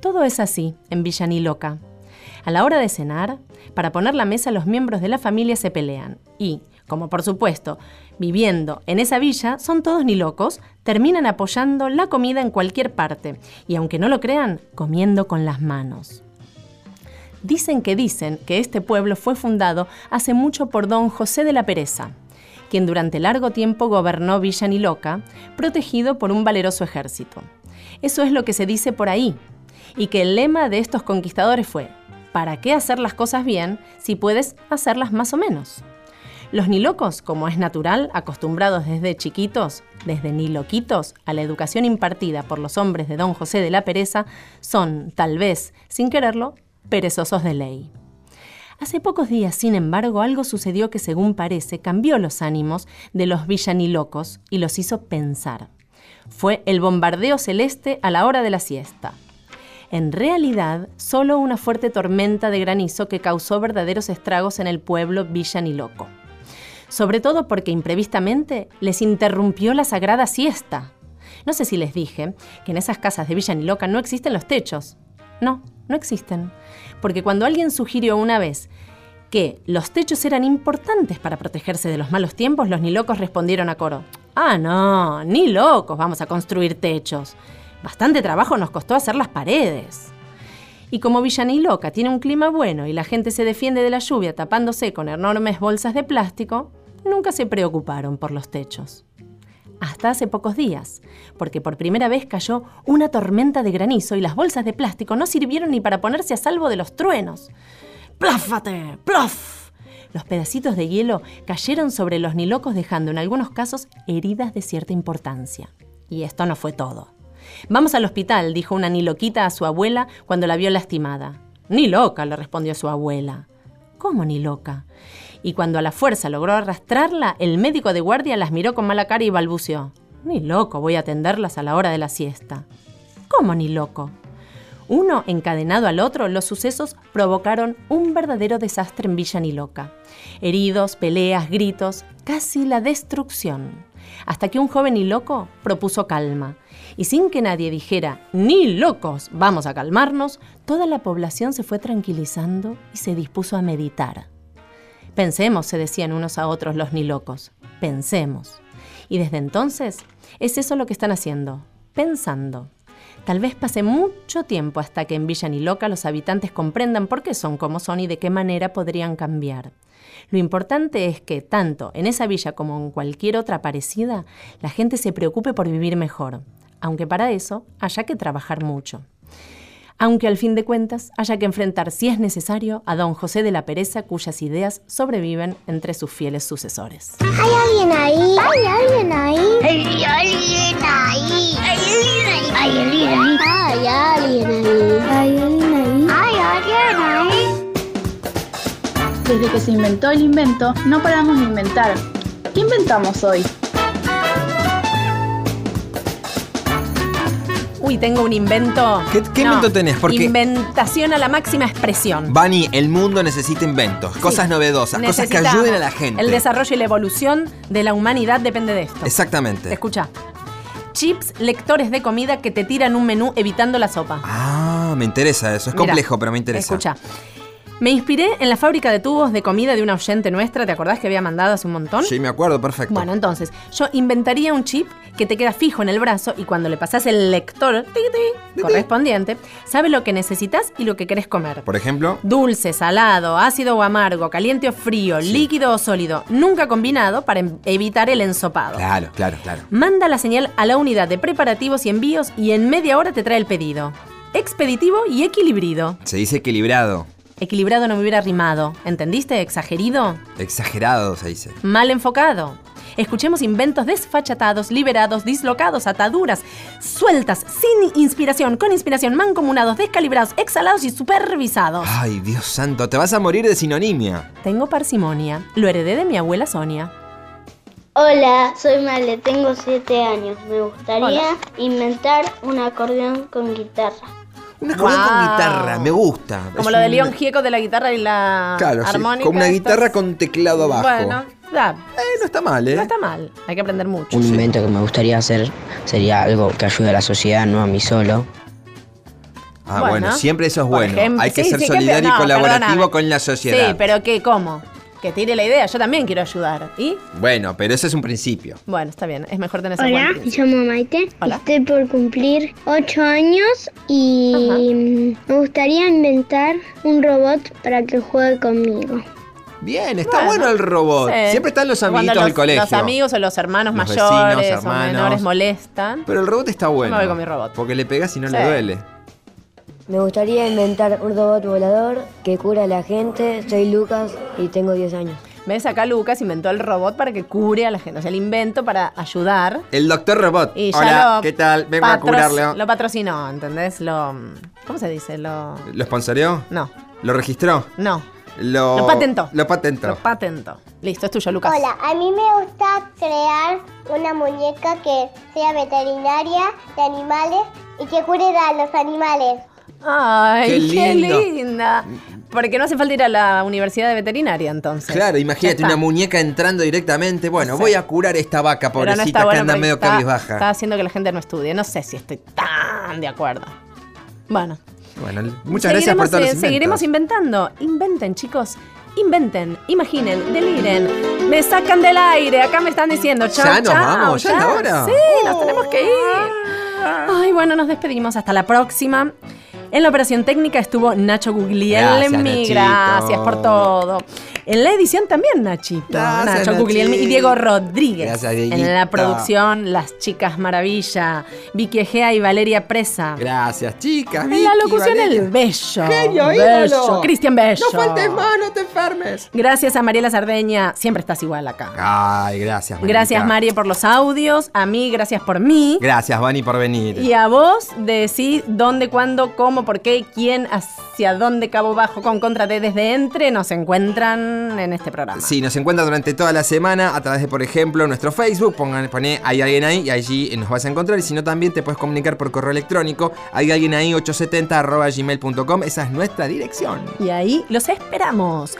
[SPEAKER 2] Todo es así en Villa Ni Loca. A la hora de cenar, para poner la mesa los miembros de la familia se pelean y, como por supuesto, viviendo en esa villa son todos ni locos, terminan apoyando la comida en cualquier parte y aunque no lo crean, comiendo con las manos. Dicen que dicen que este pueblo fue fundado hace mucho por don José de la Pereza, quien durante largo tiempo gobernó Villa Niloca, protegido por un valeroso ejército. Eso es lo que se dice por ahí, y que el lema de estos conquistadores fue, ¿para qué hacer las cosas bien si puedes hacerlas más o menos? Los nilocos, como es natural, acostumbrados desde chiquitos, desde niloquitos, a la educación impartida por los hombres de don José de la Pereza, son, tal vez, sin quererlo, perezosos de ley. Hace pocos días, sin embargo, algo sucedió que, según parece, cambió los ánimos de los villanilocos y los hizo pensar. Fue el bombardeo celeste a la hora de la siesta. En realidad, solo una fuerte tormenta de granizo que causó verdaderos estragos en el pueblo villaniloco. Sobre todo porque imprevistamente les interrumpió la sagrada siesta. No sé si les dije que en esas casas de Villaniloca no existen los techos. No, no existen. Porque cuando alguien sugirió una vez que los techos eran importantes para protegerse de los malos tiempos, los nilocos respondieron a coro. Ah, no, ni locos vamos a construir techos. Bastante trabajo nos costó hacer las paredes. Y como Villaniloca tiene un clima bueno y la gente se defiende de la lluvia tapándose con enormes bolsas de plástico, nunca se preocuparon por los techos. Hasta hace pocos días, porque por primera vez cayó una tormenta de granizo y las bolsas de plástico no sirvieron ni para ponerse a salvo de los truenos. ¡Pláfate! ¡Plaf! Los pedacitos de hielo cayeron sobre los nilocos dejando en algunos casos heridas de cierta importancia. Y esto no fue todo. Vamos al hospital, dijo una niloquita a su abuela cuando la vio lastimada. Ni loca, le respondió su abuela. ¿Cómo ni loca? Y cuando a la fuerza logró arrastrarla, el médico de guardia las miró con mala cara y balbuceó. Ni loco, voy a atenderlas a la hora de la siesta. ¿Cómo ni loco? Uno encadenado al otro, los sucesos provocaron un verdadero desastre en Villa Niloca. Heridos, peleas, gritos, casi la destrucción. Hasta que un joven y loco propuso calma. Y sin que nadie dijera, ni locos, vamos a calmarnos, toda la población se fue tranquilizando y se dispuso a meditar. Pensemos, se decían unos a otros los ni locos, pensemos. Y desde entonces es eso lo que están haciendo, pensando. Tal vez pase mucho tiempo hasta que en Villaniloca los habitantes comprendan por qué son como son y de qué manera podrían cambiar. Lo importante es que, tanto en esa villa como en cualquier otra parecida, la gente se preocupe por vivir mejor, aunque para eso haya que trabajar mucho. Aunque al fin de cuentas haya que enfrentar, si es necesario, a don José de la Pereza, cuyas ideas sobreviven entre sus fieles sucesores.
[SPEAKER 16] ¿Hay alguien ahí? ¿Hay alguien ahí?
[SPEAKER 15] Hay alguien ahí. Hay alguien ahí.
[SPEAKER 16] Hay
[SPEAKER 15] Hay alguien
[SPEAKER 16] alguien ahí.
[SPEAKER 15] ahí.
[SPEAKER 11] Hay alguien ahí.
[SPEAKER 16] Hay alguien ahí.
[SPEAKER 6] Desde que se inventó el invento, no paramos de inventar. ¿Qué inventamos hoy?
[SPEAKER 2] Uy, tengo un invento.
[SPEAKER 3] ¿Qué- qué invento tenés? Porque-
[SPEAKER 2] Inventación a la máxima expresión.
[SPEAKER 3] Bani, el mundo necesita inventos, cosas novedosas, cosas que
[SPEAKER 2] Necesitamos.
[SPEAKER 3] ayuden a la gente.
[SPEAKER 2] El desarrollo y la evolución de la humanidad depende de esto.
[SPEAKER 3] Exactamente.
[SPEAKER 2] Escucha. Chips, lectores de comida que te tiran un menú evitando la sopa.
[SPEAKER 3] Ah, me interesa eso. Es
[SPEAKER 2] Mira,
[SPEAKER 3] complejo, pero me interesa.
[SPEAKER 2] Escucha. Me inspiré en la fábrica de tubos de comida de una oyente nuestra, ¿te acordás que había mandado hace un montón?
[SPEAKER 3] Sí, me acuerdo, perfecto.
[SPEAKER 2] Bueno, entonces, yo inventaría un chip que te queda fijo en el brazo y cuando le pasás el lector ti, ti, correspondiente, sabe lo que necesitas y lo que querés comer.
[SPEAKER 3] Por ejemplo,
[SPEAKER 2] Dulce, salado, ácido o amargo, caliente o frío, líquido o sólido, nunca combinado para em- evitar el ensopado.
[SPEAKER 3] claro, claro, claro.
[SPEAKER 2] Manda la señal a la unidad de preparativos y envíos y en media hora te trae el pedido. Expeditivo y equilibrido.
[SPEAKER 3] Se dice equilibrado,
[SPEAKER 2] Equilibrado no me hubiera rimado. ¿Entendiste? ¿Exagerido?
[SPEAKER 3] exagerado se dice.
[SPEAKER 2] Mal enfocado. Escuchemos inventos desfachatados, liberados, dislocados, ataduras, sueltas, sin inspiración, con inspiración, mancomunados, descalibrados, exhalados y supervisados.
[SPEAKER 3] Ay, Dios santo, te vas a morir de sinonimia.
[SPEAKER 2] Tengo parsimonia. Lo heredé de mi abuela Sonia.
[SPEAKER 4] Hola, soy Male, tengo 7 años. Me gustaría
[SPEAKER 1] Hola.
[SPEAKER 4] inventar un acordeón con guitarra.
[SPEAKER 3] Un acordeón con
[SPEAKER 2] Wow.
[SPEAKER 3] guitarra, me gusta.
[SPEAKER 2] Como
[SPEAKER 3] Es
[SPEAKER 2] lo de
[SPEAKER 3] un-
[SPEAKER 2] León Gieco de la guitarra y la
[SPEAKER 3] Mm, Claro, sí,
[SPEAKER 2] armónica.
[SPEAKER 3] con una
[SPEAKER 2] esto-
[SPEAKER 3] guitarra con teclado abajo.
[SPEAKER 2] Bueno, da.
[SPEAKER 3] no está mal, ¿eh?
[SPEAKER 2] No está mal. Hay que aprender mucho.
[SPEAKER 18] Un invento que me gustaría hacer sería algo que ayude a la sociedad, no a mí solo.
[SPEAKER 3] Ah, bueno,
[SPEAKER 2] Bueno.
[SPEAKER 3] siempre eso es
[SPEAKER 2] Por
[SPEAKER 3] bueno.
[SPEAKER 2] ejemplo,
[SPEAKER 3] Hay que
[SPEAKER 2] sí,
[SPEAKER 3] ser
[SPEAKER 2] sí, que-
[SPEAKER 3] solidario
[SPEAKER 2] no,
[SPEAKER 3] y colaborativo
[SPEAKER 2] perdóname.
[SPEAKER 3] con la sociedad.
[SPEAKER 2] Sí, pero ¿qué? ¿Cómo? Que tire la idea. Yo también quiero ayudar. ¿Y?
[SPEAKER 3] Bueno, pero ese es un principio.
[SPEAKER 2] Bueno, está bien. Es mejor tener ese
[SPEAKER 8] Hola,
[SPEAKER 2] buen
[SPEAKER 8] me
[SPEAKER 2] principio.
[SPEAKER 8] llamo Maite. Estoy por cumplir 8 años y mm, me gustaría inventar un robot para que juegue conmigo.
[SPEAKER 3] Bien, está bueno, el robot.
[SPEAKER 2] Sí.
[SPEAKER 3] Oh, Siempre están los
[SPEAKER 2] Cuando
[SPEAKER 3] amiguitos del colegio.
[SPEAKER 2] Los amigos o los hermanos
[SPEAKER 3] Los vecinos,
[SPEAKER 2] mayores o
[SPEAKER 3] hermanos.
[SPEAKER 2] menores molestan.
[SPEAKER 3] Pero el robot está bueno.
[SPEAKER 2] Yo me voy con mi robot.
[SPEAKER 3] Porque le pegas y no
[SPEAKER 2] Sí.
[SPEAKER 3] le duele.
[SPEAKER 19] Me gustaría inventar un robot volador que cura a la gente. Soy Lucas y tengo 10 años.
[SPEAKER 2] ¿Ves? Acá Lucas inventó el robot para que cure a la gente. O sea, el invento para ayudar.
[SPEAKER 3] El doctor robot.
[SPEAKER 2] Y ya
[SPEAKER 3] Hola,
[SPEAKER 2] lo
[SPEAKER 3] ¿qué tal? Vengo a
[SPEAKER 2] patro-
[SPEAKER 3] curarle.
[SPEAKER 2] Lo patrocinó, ¿entendés? Lo. ¿Cómo se dice? Lo.
[SPEAKER 3] ¿Lo sponsoreó?
[SPEAKER 2] No.
[SPEAKER 3] ¿Lo registró?
[SPEAKER 2] No.
[SPEAKER 3] Lo,
[SPEAKER 2] Lo patentó.
[SPEAKER 3] Lo patentó.
[SPEAKER 2] Lo patentó. Listo, es tuyo, Lucas.
[SPEAKER 4] Hola, a mí me gusta crear una muñeca que sea veterinaria de animales y que cure a los animales.
[SPEAKER 2] Ay, qué,
[SPEAKER 3] Qué lindo.
[SPEAKER 2] linda. Porque no hace falta ir a la universidad de veterinaria entonces.
[SPEAKER 3] Claro, imagínate
[SPEAKER 2] Ya está.
[SPEAKER 3] una muñeca entrando directamente. Bueno, voy a curar esta vaca
[SPEAKER 2] Pero no
[SPEAKER 3] pobrecita
[SPEAKER 2] está
[SPEAKER 3] que
[SPEAKER 2] bueno
[SPEAKER 3] anda
[SPEAKER 2] porque
[SPEAKER 3] medio
[SPEAKER 2] está-
[SPEAKER 3] cabizbaja.
[SPEAKER 2] Está haciendo que la gente no estudie. No sé si estoy tan de acuerdo. Bueno.
[SPEAKER 3] Bueno, muchas gracias por
[SPEAKER 2] seguiremos,
[SPEAKER 3] todos
[SPEAKER 2] eh,
[SPEAKER 3] los inventos.
[SPEAKER 2] Seguiremos inventando. Inventen, chicos. Inventen, imaginen, deliren. Me sacan del aire. Acá me están diciendo, chao,
[SPEAKER 3] Ya nos
[SPEAKER 2] chao,
[SPEAKER 3] vamos, ya es la hora. Ah.
[SPEAKER 2] Sí, nos tenemos que ir. Ay, bueno, nos despedimos. Hasta la próxima. En la operación técnica estuvo Nacho Guglielmi.
[SPEAKER 19] Gracias, Nachito.
[SPEAKER 2] Gracias por todo. En la edición también Nachito.
[SPEAKER 19] Gracias,
[SPEAKER 2] Nacho
[SPEAKER 19] Nachito.
[SPEAKER 2] Guglielmi y Diego Rodríguez.
[SPEAKER 19] Gracias,
[SPEAKER 2] en la
[SPEAKER 19] Dieguito.
[SPEAKER 2] producción Las Chicas Maravilla. Vicky Egea y Valeria Presa.
[SPEAKER 3] Gracias, chicas.
[SPEAKER 2] En la locución El Bello.
[SPEAKER 19] Genio,
[SPEAKER 2] Bello.
[SPEAKER 19] ídolo.
[SPEAKER 2] Cristian Bello.
[SPEAKER 19] No faltes
[SPEAKER 3] más, no te enfermes. Ah,
[SPEAKER 2] Gracias a Mariela Sardeña. Siempre estás igual acá.
[SPEAKER 3] Ay, gracias, Marica.
[SPEAKER 2] Gracias, Marie, por los audios. A mí, gracias por mí.
[SPEAKER 3] Gracias, Vani, por venir.
[SPEAKER 2] Y a vos decís dónde, cuándo, cómo, por qué, quién, hacia dónde, cabo bajo, con contra de desde entre, nos encuentran en este programa.
[SPEAKER 3] Sí, nos encuentran durante toda la semana a través de, por ejemplo, nuestro Facebook. Pongan, poné, hay alguien ahí y allí eh, nos vas a encontrar. Y si no, también te puedes comunicar por correo electrónico. Hay alguien ahí, 870.gmail.com. Esa es nuestra dirección.
[SPEAKER 2] Y ahí los esperamos.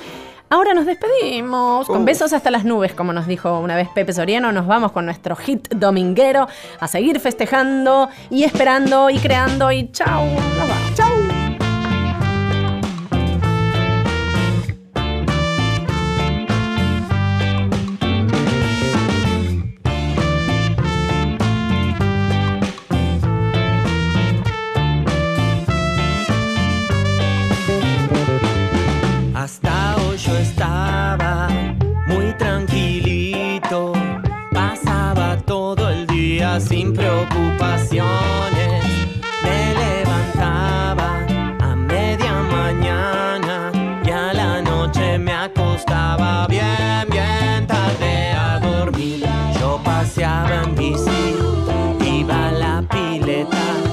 [SPEAKER 2] Ahora nos despedimos. Con
[SPEAKER 3] Uh.
[SPEAKER 2] besos hasta las nubes, como nos dijo una vez Pepe Soriano. Nos vamos con nuestro hit dominguero a seguir festejando y esperando y creando. Y chau. Nos vamos. Chau.
[SPEAKER 12] preocupaciones. Me levantaba a media mañana y a la noche me acostaba bien, bien tarde a dormir. Yo paseaba en bici, iba a la pileta.